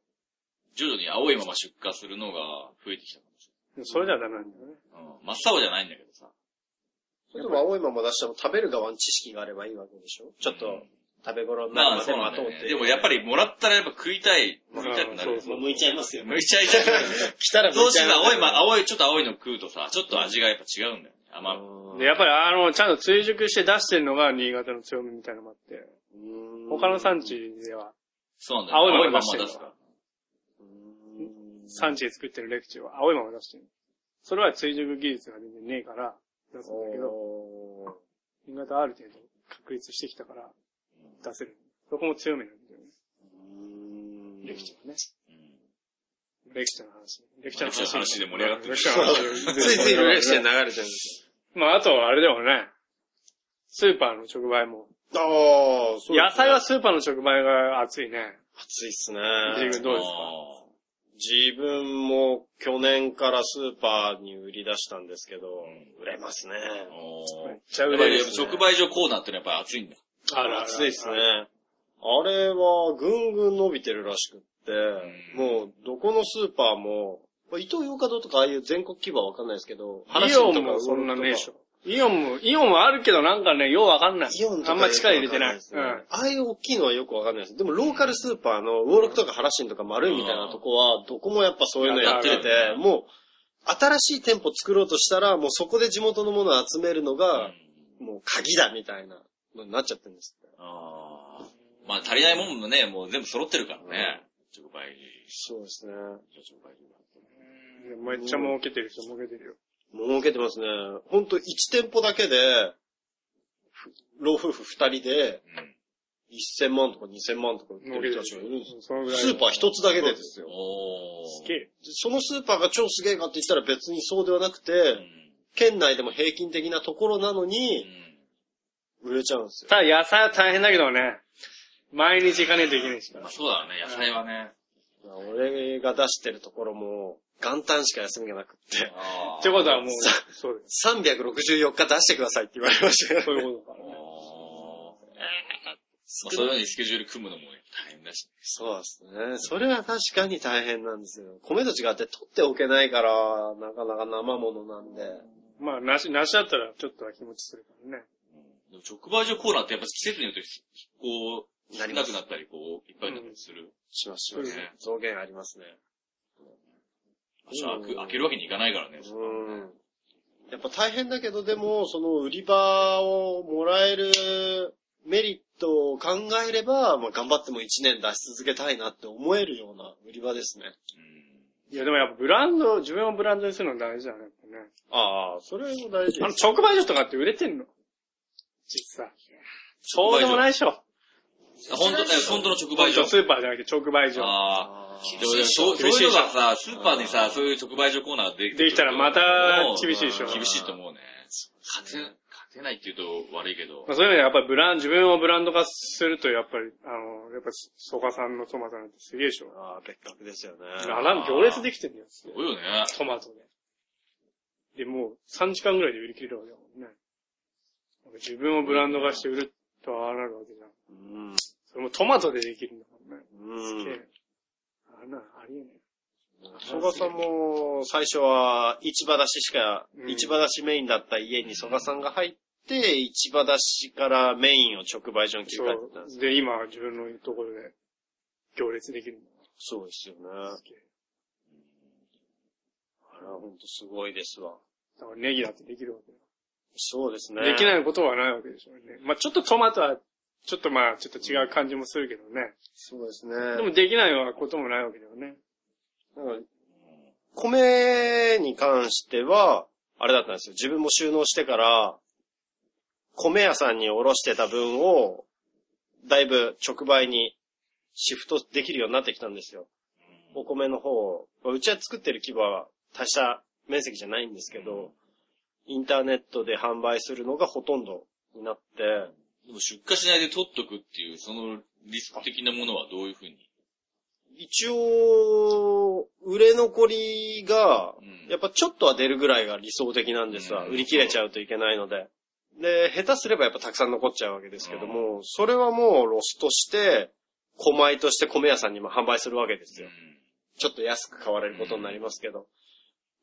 S3: 徐々に青いまま出荷するのが増えてきたかもし
S2: でもそれではダメなんだよね。
S3: れない。うん。真っ青じゃないんだけどさ。
S1: それとも青いまま出しても食べる側に知識があればいいわけでしょちょっ
S3: う
S1: と
S3: ん、
S1: 食べ頃になる
S3: まあ
S1: ま
S3: そ
S1: で
S3: うなん
S1: 待
S3: だ
S1: とう
S3: よ
S1: ってい
S3: ね。
S1: う。
S3: でもやっぱりもらったらやっぱ食いたい、食いたくな
S2: うん
S3: る。
S2: そう
S1: もう剥いちゃいますよ。
S3: むいちゃいたくなる。
S1: 来たら
S3: どうしても青い、ま、
S1: 青
S3: 青い、ちょっと青いの食うとさ、ちょっと味がやっぱ違うんだよね。甘み。
S2: で、やっぱりあの、ちゃんと追熟して出してるのが新潟の強みみたいなのもあって、他の産。地では、
S3: そうなんだよ。
S2: 青いまま
S3: 青いまま
S2: 出してる
S3: 出すから。
S2: 産地で作ってるレクチューは青いまま出してる。それは追熟技術が全然ねえから出すんだけど、新潟はある程度確立してきたから出せる。そこも強みなんだよね。レクチャーね。レクチャーの話。レクチャーの話。
S3: レクチャーの話で盛り上がってる
S2: レクチャーの 話
S1: ついついレクチャー流れちゃうん
S2: まあ、あとはあれだよね。スーパーの直売も。
S1: ああ、そうですね
S2: 野菜はスーパーの直売が熱いね。
S1: 暑いっすね。
S2: ジグどうですか
S1: 自分も去年からスーパーに売り出したんですけど、売れますね。
S3: かおー
S2: めっちゃ
S3: や
S2: 売
S3: っぱ
S2: れ
S3: り
S2: る。
S3: 直売所コーナーってのはやっぱり熱いんだ。
S2: あるある
S1: 暑いっすね。あれはぐんぐん伸びてるらしくって、
S3: ん
S1: もうどこのスーパーも、まあ伊藤洋華堂とかああいう全国規模はわかんないですけど、
S2: イ
S1: とか
S2: オンもそんなねえでし
S1: ょ
S2: ょ。イオンも、イオンはあるけどなんかね、ようわかんない。
S1: イオンとか
S2: あんま力入れてない。
S1: よく
S2: う
S1: わかん
S2: ん
S1: で。すねああいう大きいのはよくわかんないです。でもローカルスーパーのウォーロクとかハラシンとか丸いみたいなとこは、どこもやっぱそういうのやって
S3: やってる
S1: て、
S3: よ
S1: もう、新しい店舗作ろうとしたら、もうそこで地元のものを集めるの
S3: うん
S1: が、もう鍵だみたいなのになっちゃってるんですって。
S3: あーまあ足りないもんもね、もう全部揃ってるからね。直売
S1: そうですね。
S3: 所、直売所。
S2: めっちゃ儲けてる人儲けてるよ。
S1: 儲けてますね。ほんと1店舗だけで、ふ老夫婦2人で1000万とか2000万とか売って
S2: 儲
S1: る
S2: けて
S1: 人たち
S2: る
S1: がいるんですよ。
S2: そのぐらい。
S1: スーパー1つだけでですよ。
S3: おー。
S2: すげえ。
S1: でそのスーパーが超すげえかって言ったら別にそうではなくて、
S3: うん
S1: 県内でも平均的なところなのに、売れちゃうんですよ。
S2: ただ野菜は大変だけどね。毎日行かねえといけないし
S3: うん。まあそうだろうね、野菜はね。
S1: 俺が出してるところも、元旦しか休みがなくって、
S3: あー
S2: ってことはもう、そうです。
S1: 364日出してくださいって言われましたよ。
S2: そういうことだからね。
S3: おーまあそういうようにスケジュール組むのもね大変だし。
S1: そうですね。それは確かに大変なんですよ。米と違って取っておけないから、なかなか生ものなんで。
S2: まあ、なし、なしだったらちょっとは日持ちするからね。
S3: でも直売所コーナーってやっぱ季節によって、こう、少
S1: なりま
S3: な
S1: す
S3: くなったり、こう、いっぱいになったりする。
S1: しますします
S3: う
S1: 増
S3: ん
S1: 減ありますね。
S3: 場所開く開けるわけにいかないからね。
S1: うん。やっぱ大変だけど、でも、その売り場をもらえるメリットを考えれば、まあ、頑張っても1年出し続けたいなって思えるような売り場ですね。
S2: いや、でもやっぱブランド、自分をブランドにするの大事だね。やっぱね
S1: ああ、それも大事
S2: あの、直売所とかって売れてんの実際。
S3: 売所
S2: そうでもないでしょ。
S3: うん本当、え本当の直売所。
S2: スーパーじゃなくて直売所。
S3: あ
S1: あ
S3: あ。でもでもそうそういうのがさ、スーパーにさ、そういう直売所コーナーで
S2: できたらまた厳しいでしょ。
S3: 厳しいと思うね。勝て、勝てないって言うと悪いけど
S2: ま。あ、そういうのはやっぱりブラン、自分をブランド化すると、やっぱり、あの、やっぱ、ソカさんのトマトなんてすげえでしょ。
S1: ああ、別格ですよね。
S2: あら、行列できてんだよ。
S3: すごいよね。
S2: トマトで。で、もう3時間ぐらいで売り切れるわけだもんね。なんか自分をブランド化して売るとああなるわけじゃん。
S1: うん。
S2: それもトマトでできるんだもんね。
S1: う
S2: すげ
S1: ん。
S2: え。あんな、ありえない。
S1: 曽我さんも、最初は、市場出ししか、
S2: うん
S1: 市場出しメインだった家に曽我さんが入って、市場出しからメインを直売所に切り替えてたんです
S2: そう。で、今、自分のところで行列できるんだ。
S1: そうですよね。
S2: すげえ
S1: あれはほんとすごいですわ。
S2: だからネギだってできるわけだ。
S1: そうですね。
S2: でき
S1: い。
S2: ないことはないわけでしょうね。まあちょっとトマトは、ちょっとまあちょっと違う感じもするけどね。
S1: そうですね。
S2: でもできないようなこともないわけだよね。
S1: なんか米に関しては、あれだったんですよ。自分も収納してから、米屋さんにおろしてた分を、だいぶ直売にシフトできるようになってきたんですよ。お米の方を。まあうちは作ってる規模は大した面積じゃないんですけど、インターネットで販売するのがほとんどになって、
S3: でも出荷しないで取っとくっていう、そのリスク的なものはどういうふうに
S1: 一応、売れ残りが、
S3: うん
S1: やっぱちょっとは出るぐらいが理想的なんですわ。
S3: うん
S1: 売り切れちゃうといけないので。で、下手すればやっぱたくさん残っちゃうわけですけども、それはもうロスとして、小米として米屋さんにも販売するわけですよ。ちょっと安く買われることになりますけど。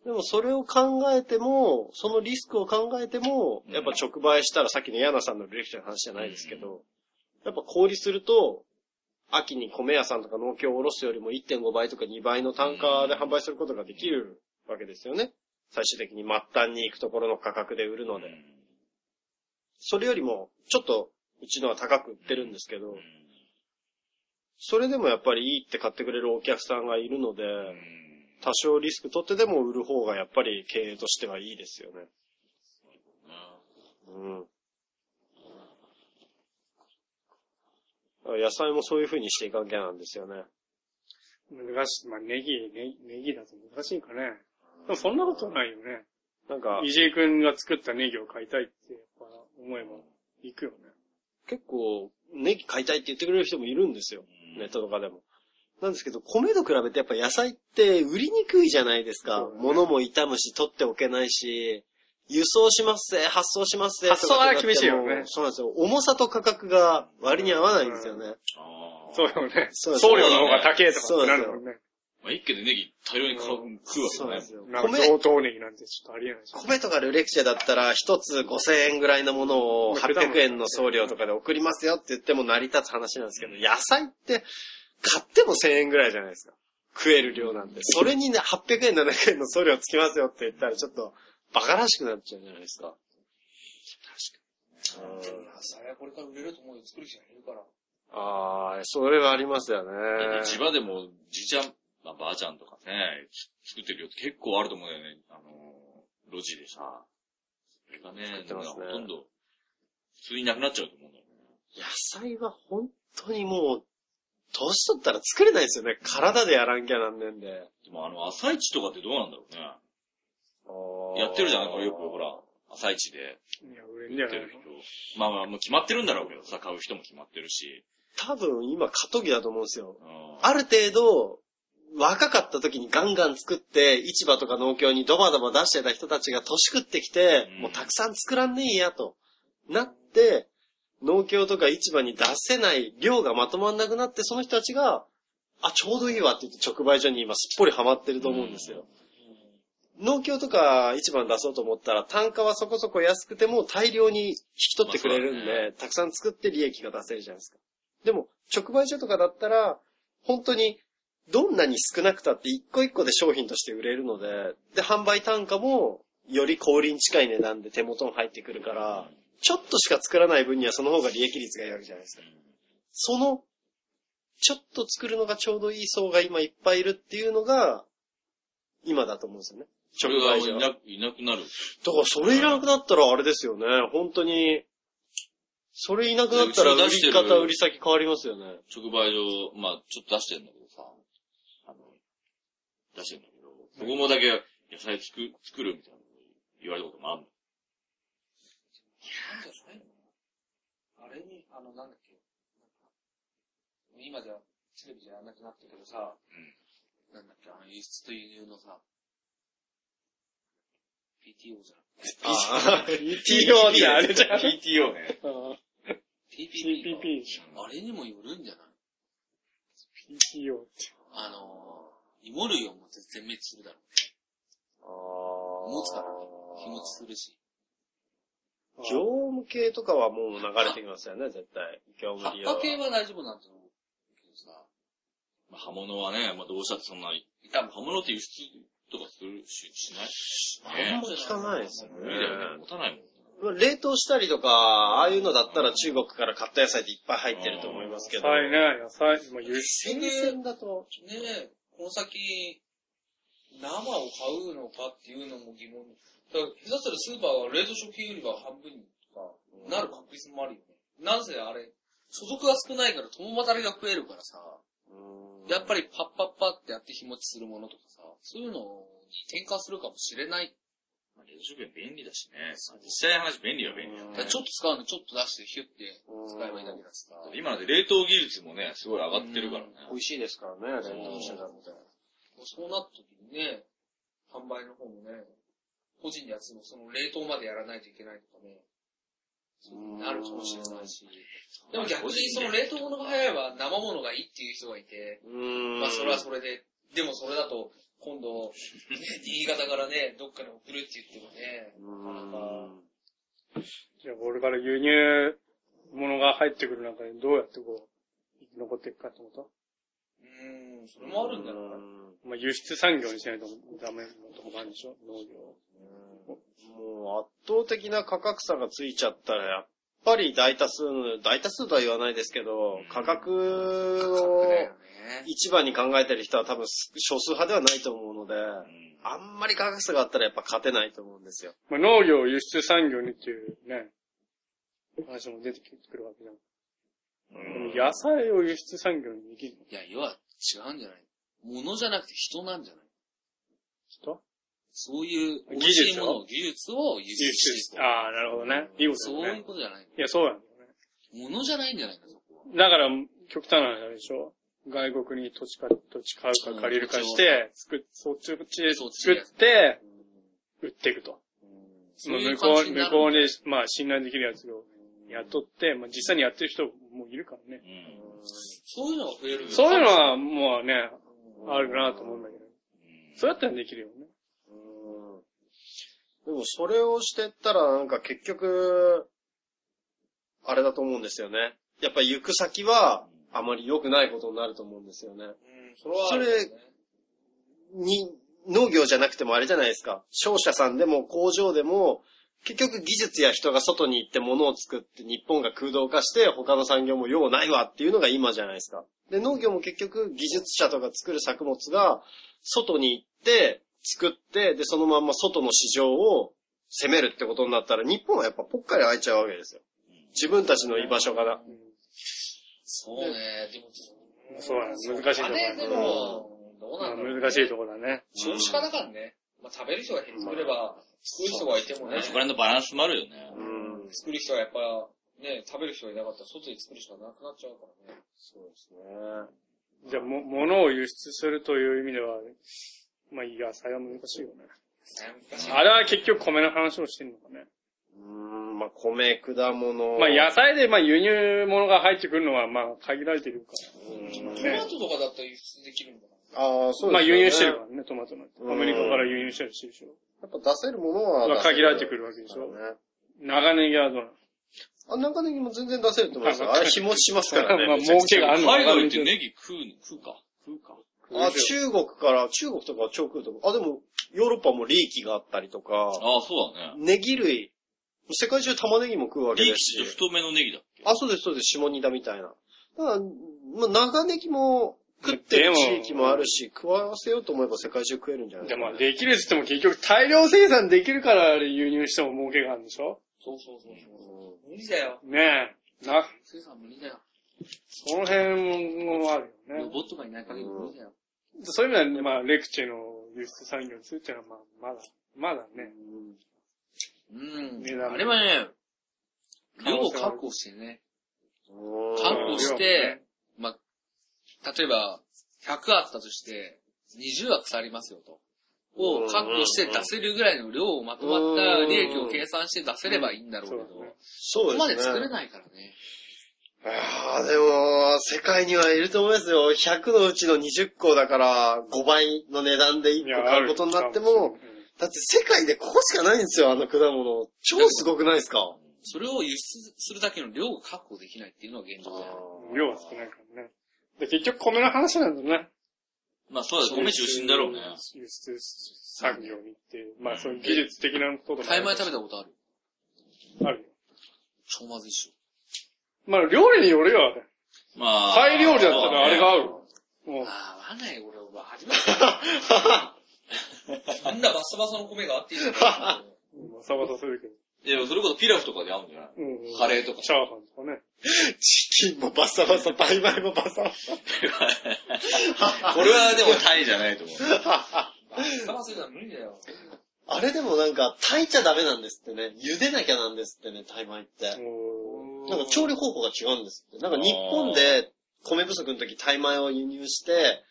S1: でもそれを考えても、そのリスクを考えても、
S3: うん
S1: やっぱ直売したらさっきのヤナさんの履歴書の話じゃないですけど、やっぱ小売りすると、秋に米屋さんとか農協を卸すよりも1.5倍とか2倍の単価で販売することができるわけですよね。最終的に末端に行くところの価格で売るので。それよりも、ちょっと、うちのは高く売ってるんですけど、それでもやっぱりいいって買ってくれるお客さんがいるので、多少リスク取ってでも売る方がやっぱり経営としてはいいですよね。うん。野菜もそういう風にしていかなきゃなんですよね。
S2: 難しい。まあ、ネギ、ネギ、ネギだと難しいかね。でもそんなことはないよね。
S1: なんか、
S2: 石井くんが作ったネギを買いたいって、やっぱ思えば、行くよね。
S1: 結構、ネギ買いたいって言ってくれる人もいるんですよ。ネットとかでも。なんですけど、米と比べてやっぱ野菜って売りにくいじゃないですか
S2: そう。だね
S1: 物も傷むし、取っておけないし、輸送しますせ、発送しますせ。
S2: 発送は
S1: とかってなっても
S2: 厳しいよね
S1: そうなんですよ。重さと価格が割に合わないんですよね。
S2: そうよね。
S1: そう
S2: 送料の方が高えとか
S1: そ
S2: っ
S1: う
S2: てな
S1: です
S2: る
S1: よ
S2: もんね。
S3: まあ、一家でネギ大量に買う食うわけ
S1: そうなんです
S3: ね。
S1: よ。
S2: なんか
S1: 米
S2: 上、等ネギなんてちょっとありえないじゃん。
S1: 米とかルレクチェだったら、一つ5000円ぐらいのものを800円の送料とかで送りますよって言っても成り立つ話なんですけど、野菜って買っても1000円ぐらいじゃないですか。食える量なんて。それにね、800円、700円の送料つきますよって言ったら、ちょっと、バカらしくなっちゃうじゃないですか。確
S4: でも野菜はこれから売れると思うよ。作る人がいるから。
S1: ああ、それはありますよね。
S3: だって地場でも、じいちゃん、まあ、ばあちゃんとかね、作ってる量って結構あると思うんだよね。あのー、路地でさ。それがね、
S1: ってますね
S3: ほとんど、普通になくなっちゃうと思うんだよね。
S1: 野菜は本当にもう、年取ったら作れないですよね。体でやらんきゃなんねんで。
S3: でもあの、朝市とかってどうなんだろうね。やってるじゃないこれよくほら、朝市で
S2: いや、売れんじ
S3: 売
S2: ゃ
S3: って
S2: ない
S3: る人。まあまあ、もう決まってるんだろうけどさ、買う人も決まってるし。
S1: 多分今過渡期だと思うんですよ。
S3: うん
S1: ある程度、若かった時にガンガン作って、市場とか農協にドバドバ出してた人たちが年食ってきて、
S3: うん
S1: もうたくさん作らんねえやと、なって、農協とか市場に出せない量がまとまんなくなって、その人たちが、あ、ちょうどいいわって言って直売所に今すっぽりハマってると思うんですよ。農協とか市場に出そうと思ったら、単価はそこそこ安くても大量に引き取ってくれるん
S3: まあそうだ
S1: で、たくさん作って利益が出せるじゃないですか。でも、直売所とかだったら、本当に、どんなに少なくたって一個一個で商品として売れるので、で、販売単価も、より小売りに近い値段で手元に入ってくるから、ちょっとしか作らない分にはその方が利益率がいいわけじゃないですか。その、ちょっと作るのがちょうどいい層が今いっぱいいるっていうのが、今だと思うんですよね。
S3: それがいなくいなくなる。
S1: だからそれいらなくなったらあれですよね、本当に。それいなくなったら
S3: うちの
S1: 売
S3: 出して
S1: り
S3: る
S1: 方、売り先変わりますよね。
S3: 直売所、まあちょっと出してんだけどさ、あの、出してんだけど、そこもだけ野菜作作るみたいなこと言われたこともあるの。
S4: いいんじゃないのあれに、あの、なんだっけ。今じゃ、テレビじゃやんなくなったけどさ、なんだっけ、あの、輸出と輸入のさ、PTO じゃん。
S1: ああ、
S2: PTO ってあれじゃん
S3: PTO ね。
S4: PPP か
S2: PPP じゃん。
S5: あれにもよるんじゃない
S2: PTO って。
S5: あのー、芋類をもう全滅するだろう。持つからね。日持ちするし。
S1: 業務系とかはもう流れてきますよね、絶対。業
S5: 葉っ
S1: 務利用
S5: ぱ系は大丈夫なんだろうけどさ。
S3: まあ、刃物はね、まあどうしたってそんな、多分刃物って輸出とかするし、しない
S1: あんま
S3: ね
S1: 聞かないですよ
S3: 無理だよね。
S1: ね。
S3: 持たないもん。
S1: まあ冷凍したりとか、ああいうのだったら中国から買った野菜っていっぱい入ってると思いますけ
S2: 野
S1: ど。
S2: 菜ね、野菜。まあ、輸出
S1: 新鮮だと。
S5: ねえ、この先、
S4: 生を買うのかっていうのも疑問。だから、下手したらスーパーが冷凍食品売り場半分にとか、なる確率もあるよね。なんせあれ、
S5: 所属が少ないから共働きが増えるからさ、やっぱりパッパッパってやって日持ちするものとかさ、そういうのに転換するかもしれない。
S3: まあ冷食券便利だしね。実際の話便利は便利だ
S5: だ
S3: ね
S5: からちょっと使うのちょっと出してヒュッて使えばいいだけだしさ。
S3: 今なんて冷凍技術もね、すごい上がってるからね。
S1: 美味しいですからね、冷凍してたみたい
S5: そうなった時にね、販売の方もね、個人でやつもその冷凍までやらないといけないとかね、そういうふうになるかもしれないし。でも逆にその冷凍物が早いは生物がいいっていう人がいて、
S1: うん。
S5: まあそれはそれで、でもそれだと今度、ね新潟からね、どっかに送るって言ってもね、
S1: うん。
S2: じゃあ、これから輸入物が入ってくる中でどうやってこう、生き残っていくかってこと
S5: うーん、それもあるんだろうな。
S2: まあ、輸出産業にしないとダメなとこもあるんでしょ農業。
S1: もう圧倒的な価格差がついちゃったら、やっぱり大多数の、大多数とは言わないですけど、価格を
S5: ね。
S1: 一番に考えてる人は多分少数派ではないと思うので、
S3: うん
S1: あんまり価格差があったらやっぱ勝てないと思うんですよ。
S2: まあ、農業を輸出産業にっていうね、話も出てくるわけじゃん。でも野菜を輸出産業にできるの
S5: いや、要は違うんじゃない物じゃなくて人なんじゃない
S2: 人
S5: そういう、
S2: 技術を
S5: 美味しいものを技術を輸
S2: 輸
S5: 出して
S2: 出。
S5: いく。
S2: ああ、なるほどね。いいこと
S5: そう
S2: だ
S5: い
S2: ね
S5: う。ことじゃない。
S2: いや、そうなんだよね。
S5: 物じゃないんじゃないか、そこは。
S2: だから、極端な話あれでしょ外国に土地か、土地買うか借りるかして、作っ、そっちこっちで作って、売っていくと。
S5: そうい
S2: 向
S5: う感
S2: こう、
S5: じにな
S2: 向
S5: る
S2: こうで、まあ、信頼できるやつを雇って、まあ、実際にやってる人もいるからね。
S3: うん
S5: そういうのが増える。
S2: そういうのは、もうね、あるなと思うんだけど。そうやったらできるよね。
S1: でもそれをしてったらなんか結局、あれだと思うんですよね。やっぱり行く先はあまり良くないことになると思うんですよね。
S5: うん、それはあるよね、
S1: に、農業じゃなくてもあれじゃないですか。商社さんでも工場でも、結局技術や人が外に行って物を作って日本が空洞化して他の産業も用ないわっていうのが今じゃないですか。で、農業も結局技術者とか作る作物が外に行って作って、で、そのまんま外の市場を攻めるってことになったら日本はやっぱぽっかり空いちゃうわけですよ。自分たちの居場所から。
S5: そうね。でも、
S2: そうだね難しいとこ
S5: ね。で
S2: ろだね。
S5: も、どう
S2: ま
S5: な
S2: あ
S5: んだろう、
S2: 難しいところだね。
S5: 少子化だからね。まあ、食べる人が減ってくれば、作る人がいてもね、
S3: そこら辺のバランスもあるよね。
S1: うん。
S5: 作る人がやっぱ、ね、食べる人がいなかったら、外で作るしかなくなっちゃうからね。
S1: そうですね。
S2: じゃあ、も、物を輸出するという意味では、まあ、野菜は難しいよね。
S5: 難しい。
S2: あれは結局米の話をしてんのかね。
S1: うん、まあ米、果物。
S2: まあ、野菜で、まあ、輸入物が入ってくるのは、まあ、限られてるか
S1: うん
S5: トマトとかだったら輸出できるんだから。
S1: ああ、そ
S2: ら。
S1: うですよね。
S2: まあ、輸入してるからね、トマトなんて。
S1: うん
S2: アメリカから輸入したりしてるでしょ。
S1: やっぱ出せるものは
S2: まあ
S1: 出せ
S2: 限られてくるわけでしょ
S1: ね。
S2: 長ネギはどうなの
S1: あ、中ネギも全然出せると思いますよ。
S2: まあ
S1: あれ日持ちしますからね。
S2: まあ儲けがあるのか
S3: 海外行ってネギ食うの、食うか。食うか。
S1: あ、中国から、中国とかは超食うとか。あ、でも、ヨーロッパもリーキがあったりとか、
S3: ああ、そうだね。
S1: ネギ類、世界中玉ねぎも食うわけ
S3: リー
S1: で
S3: キ
S1: す
S3: ちょっ
S1: し。
S3: と太めのネギだっけ
S1: あ、そうです、そうです、下仁田みたいな。だから、まあ、長ネギも食ってる地域もあるし、食わせようと思えば世界中食えるんじゃない
S2: でも、
S1: か
S2: できるっつっても結局大量生産できるから輸入しても儲けがあるんでしょ
S5: そうそうそうそう。無理だよ。
S2: ねえ。な、
S5: 生産無理だよ。
S2: その辺もあるよね
S5: ロ。ボットがいない限り無理だよ。
S2: そういう意味では、まあ、レクチェの輸出産業については、まあ、まだ、まだね。値
S5: うん。
S2: 段
S5: あれはね、
S2: 可能性
S5: 量
S2: は
S5: を確保してね。
S1: うん
S5: 確保し
S2: うん
S5: て、まあ、例えば、100あったとして、20は腐りますよと。を確保して出せるぐらいの量をまとまった利益を計算して出せればいいんだろうけど、
S2: うんうんうん
S5: そ
S1: そう
S5: こ
S1: ですね。
S5: まで作れないからね。
S1: ああ、でも、世界にはいると思いますよ。100のうちの20個だから、5倍の値段で1個買うことになっても、、だって世界でここしかないんですよ、あの果物。超すごくないですか
S5: それを輸出するだけの量を確保できないっていうのが現状だよ。
S2: 量は少ないからね。で、結局米の話なんだね。
S3: まあ、そうだ、米中心だろうね。
S2: 輸出産業にっていう、まあ、そういう技術的なこととか
S5: 買い前食べたことある
S2: あるよ。
S5: 超まずいっし
S2: まあ、料理によるよ、あれ。
S3: まあ。
S2: タイ料理だったらあれが合う
S3: そうね。
S2: もう、
S5: ょ。ああ、わかんない、俺は初めて。あんなバサバサの米があっていいじゃない
S2: バサバサするけど。
S3: いや、それこそピラフとかで合うん じゃない
S2: うん
S3: カレーとか
S2: チャーハンとかね。
S1: チキンもバサバサ、タイ米もバサバサ。
S3: これはでもタイじゃないと思う。
S5: バサバサじゃ無理だよ。
S1: あれでもなんか、炊いちゃダメなんですってね。茹でなきゃなんですってね、タイ米って。
S2: おー
S1: なんか調理方法が違うんですって。なんか日本で米不足の時、タイ米を輸入して、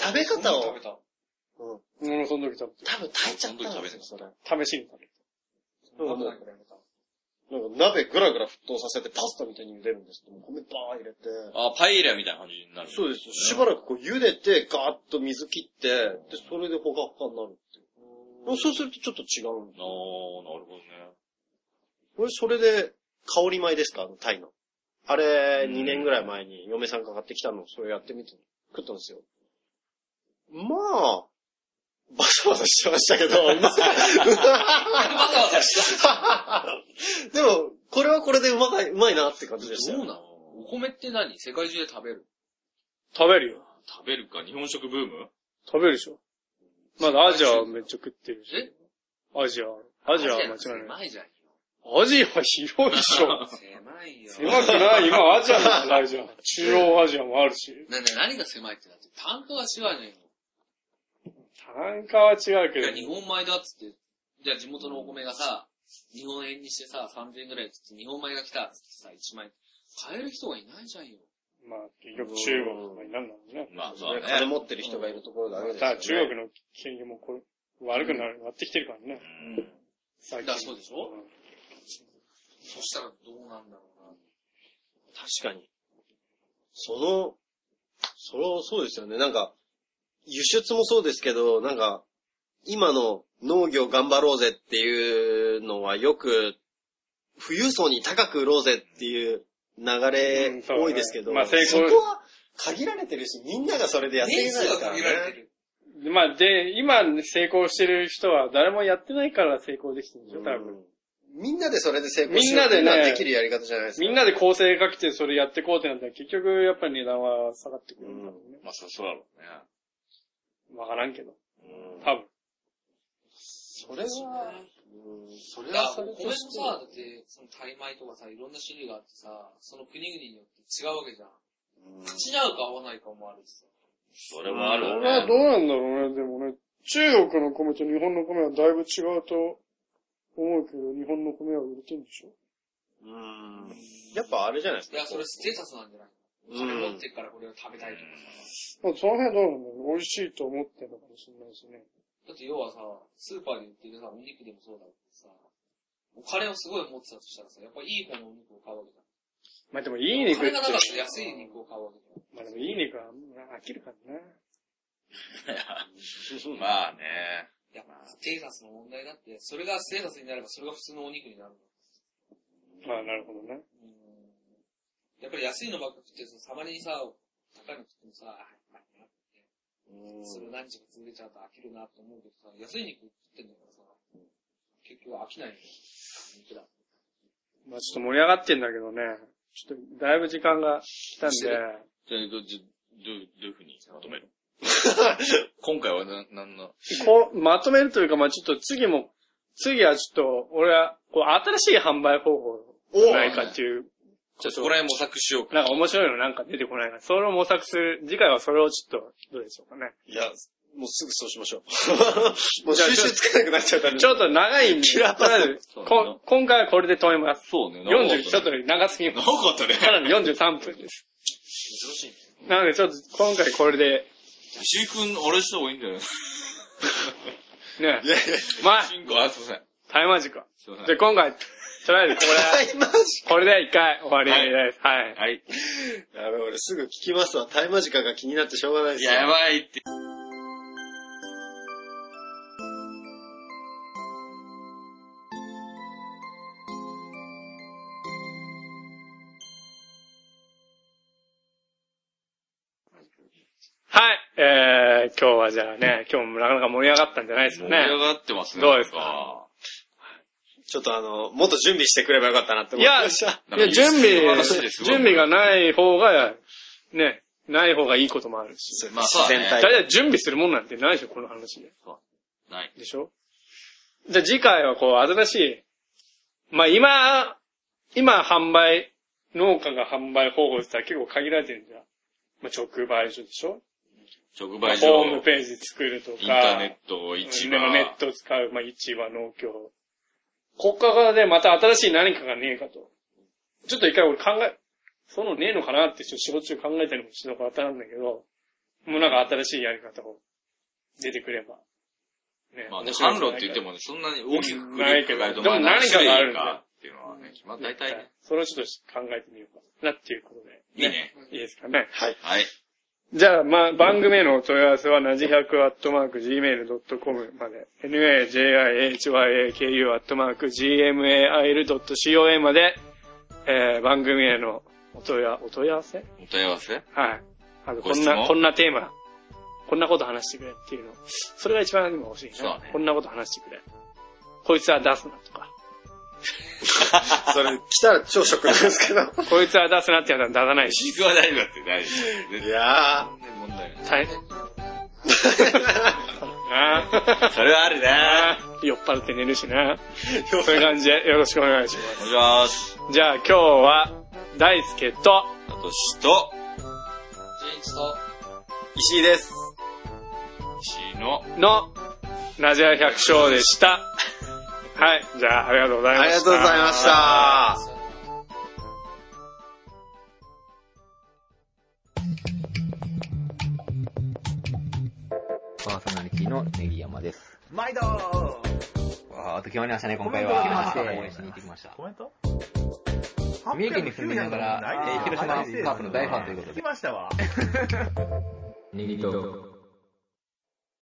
S1: 食べ方
S4: 食
S1: を
S4: べ、た。
S1: うん、
S2: 俺もその時食べ
S1: 多分炊いちゃったんですよ、それ。
S2: て、試しに食べて。
S4: 食べないからやめた。
S1: なんか鍋ぐらぐら沸騰させてパスタみたいに茹でるんですって。もう米バー入れて。
S3: あ、パエリアみたいな感じになる。
S1: そうですよ。しばらくこう茹でて、ガーッと水切って、で、それでほかほかになるっていう。そうするとちょっと違うんで
S3: あー、なるほどね。
S1: 俺、それで、香り米ですかあの、タイの。あれ、
S3: うん
S1: 2年ぐらい前に嫁さんが買ってきたのをそれやってみて、食ったんですよ。まあ、バサバサしてましたけど、 うま
S3: バサバサし
S1: でも、これはこれでうまかい、うまいなって感じでした
S5: どうな
S1: よ。
S5: のお米って何世界中で食べる
S2: 食べるよ。
S3: 食べるか、日本食ブーム
S2: 食べるでしょ。まだアジアめっちゃ食ってるし。
S5: え
S2: アジア。ア
S5: ア
S2: ジアは間違
S5: なんて
S2: いない。
S5: 狭いじゃんよ。
S2: アジア広いでし ょ。
S5: 狭いよ。
S2: 狭くない今アジアの時代じゃん。中央アジアもあるし。
S5: な、な、何が狭いってだって、単価は違うねんよ。
S2: 単価は違うけ
S5: い
S2: ど
S5: や、。日本米だっつって、じゃあ地元のお米がさ、日本円にしてさ、3000円ぐらいっつって、日本米が来たっつってさ、1万円。買える人がいないじゃんよ。
S2: まあ、結局中国とかになるんだろうね。
S3: まあ、そ
S1: そう
S3: う
S1: ね
S3: だ
S1: 金
S3: ね。
S1: 持ってる人がいるところだけです
S2: た
S1: よ
S2: だ
S1: ね。
S2: 中国の金利もこれ悪くなる、なってきてるからね。
S3: うん
S2: 最
S5: だからそうでしょ
S2: ん
S5: そしたらどうなんだろうな。
S1: 確かに。その、それはそうですよね。なんか、輸出もそうですけど、なんか、今の農業頑張ろうぜっていうのはよく、富裕層に高く売ろうぜっていう流
S2: う
S1: れ
S2: んそうだね
S1: 多いですけど、
S2: まあ成
S1: そ
S2: 功
S1: こは限られてるし、みんながそれでやってい
S5: 年
S1: けない
S5: 数
S1: ですか
S5: が
S1: ら
S5: 限られ
S1: ね
S5: て。る。
S2: でまあ、で、今成功してる人は誰もやってないから成功できてるんでしょ、多分。
S1: うんみんなでそれで成功しよう
S2: みんな
S1: ってい
S2: でね
S1: うのはできるやり方じゃないですか。
S2: みんなで構成かけてそれやってこうってなったら結局やっぱり値段は下がってくるんだろうね。
S3: まあ、そうそうだろうね。
S2: わからんけど。多分。
S1: それは、うんそれ
S5: だ
S1: はそ
S5: か
S1: れと
S5: ら、お米も
S1: して
S5: さ、だって、その、タイ米とかさ、いろんな種類があってさ、その国々によって違うわけじゃん。
S1: うん
S5: 口に合うか合わないかもあるしさ。
S3: それもある
S2: こ
S3: よ
S2: れはど
S3: ね。
S2: うなんだろうね。でもね、中国の米と日本の米はだいぶ違うと思うけど、日本の米は売れてんでしょ
S1: うんやっぱあれじゃないです
S5: い
S1: か。
S5: や、それステータスなんじゃない
S1: うん
S5: 金持ってっからこれを食べたいとかさ。
S2: まあ、その辺どうなんだろう。美味しいと思ってるのかもしれないですね。
S5: だって要はさ、スーパーで売ってるさ、お肉でもそうだけどさ、お金をすごい持ってたとしたらさ、やっぱいい方のお肉を買うわけじゃん。
S2: まあでもいい肉っ
S5: お
S2: て
S5: 金がなかったら安い肉を買うわけじゃん。
S2: まあでもいい肉は飽きるからね。
S3: まあね。
S5: やっぱステータスの問題だって、それがステータスになればそれが普通のお肉になるの。
S2: まあなるほどね。
S5: うんやっぱり安いのばっか食ってると、たまにさ、高いの食ってもさ、あやっぱりなそれ何時か潰れちゃうと飽きるなと思うけどさ、安い肉食ってんだからさ、結局飽きないのよ肉だ。
S2: まあちょっと盛り上がってんだけどね。ちょっとだいぶ時間が来たん
S3: して
S2: で、
S3: じゃあ、ど、ど、どどういうふうにまとめる 今回はな、なんの、
S2: こう、まとめるというか、まあちょっと次も、次はちょっと、俺は、こう、新しい販売方法
S1: お
S2: ないかっていう、
S3: じゃあそこら辺模索しようか。
S2: なんか面白いのなんか出てこないか、それを模索する、次回はそれをちょっと、どうでしょうかね。
S1: いや、もうすぐそうしましょ う。もう収集つかなくなっちゃったんで。
S2: ちょっと長いんで、
S1: キラーパス
S2: とりあえず
S3: そうだな
S2: こ今回はこれで止めます。
S3: そうね。なんか
S2: 40、ちょっと長すぎま
S3: な
S2: す。
S3: かったね。
S2: さらに43分です。なのでちょっと今回これで、
S3: 石井くん、あれした方がいいんじゃない
S1: い、やい
S2: ね
S1: や
S2: まあ、
S3: 進行、あ、すいません。
S2: タイマジックは。
S3: すいませ
S2: で、
S3: ん。
S2: 今回、とりあえずこ
S1: タ
S2: れ、
S1: イマジ
S2: これで一回終わりです。はい。
S3: はい。
S1: カ。やべ、俺すぐ聞きますわ。タイマジカが気になってしょうがないですよ。
S3: やばいって。
S2: はい。えー、今日はじゃあね、今日もなかなか盛り上がったんじゃないですか
S3: 盛り
S2: ね。
S3: 上がってますね。
S2: どうですか
S1: ちょっとあの、もっと準備してくればよかったなって
S2: い
S1: 思い
S2: や、
S1: ました。
S2: いや、準備
S3: なんか一斉の話です、ごい
S2: 準備がない方が、ね、ない方がいいこともあるし。
S1: そう
S3: まあそうだね
S1: 自然
S2: 大
S1: 体。
S2: 体準備するもんなんてないでしょ、この話で。
S3: かない。
S2: でしょじゃあ次回はこう、新しい、まあ今、今販売、農家が販売方法って言ったら結構限られてるんじゃん。まあ直売所でしょ
S3: 直
S2: まあ
S3: 売所、
S2: ホー
S3: イ
S2: ム
S3: ン
S2: ページ作るとか、
S3: ターネット、
S2: 一
S3: 市
S2: 番
S3: 場。
S2: ネットを使う、まあ、市場、農協。国家側でまた新しい何かがねえかと。ちょっと一回俺考え、そのねえのかなってちょっと仕事中考えたりもしなかったんだけど、もうなんか新しいやり方を出てくれば。ね
S3: まあね、
S2: 面白い
S3: 販
S2: んじゃ
S3: 路
S2: な
S3: っ
S2: いか
S3: て言ってもね、そんなに大きくく
S2: ない
S3: り
S2: け
S3: か
S2: ど
S3: かると、
S2: でも
S3: まあ
S2: 何かがあるんだよ
S3: 何種類かっていうのはね、決まあ大体ね。
S2: それをちょっと考えてみようかなっていうことで。
S3: いいね。
S2: いいですかね。はい。
S3: はい。
S2: じゃあ、まあ、番組へのお問い合わせは、なじ100アットマーク gmail.com まで、najihyaku アットマーク gmail.com まで、えー、番組へのお問い合わお問い合わせはい。
S3: お問い合わせ
S2: あの、こ
S3: ご
S2: ん
S3: 質問
S2: な、こんなテーマ、こんなこと話してくれっていうの。それが一番今欲しいね。
S3: そうだね
S2: こんなこと話してくれ。こいつは出すなとか、
S1: それ、来たら超ショックなんです けど。
S2: こいつは出すなってやったら出さないし。
S3: 石は大丈夫だって大丈夫。
S1: い
S3: 絶
S1: や
S3: 対問
S2: 大変
S3: 題ない。
S2: だな
S3: それはあるな
S2: 酔っ払って寝るしな。そういう感じでよろしくお願いし
S3: お願いします。
S2: ます。じゃあ今日は、大輔と、
S3: あと、しと、
S4: 純一と、
S1: 石井です。
S3: しの、
S2: の、ナジア百姓でした。はい、じゃあありがとうございま
S1: あ
S2: した。
S1: りがとうございました。
S6: パーソナリティのネギ山です。
S7: 毎度コ
S6: わーっと決まりましたね、今回は。
S7: コメン
S6: 応援し
S7: トが来ました
S6: に行ってきました。
S7: メント
S6: 三重県に住んでいながらえー広島カープの大ファンということで
S7: 聞きましたわ。
S6: ネギと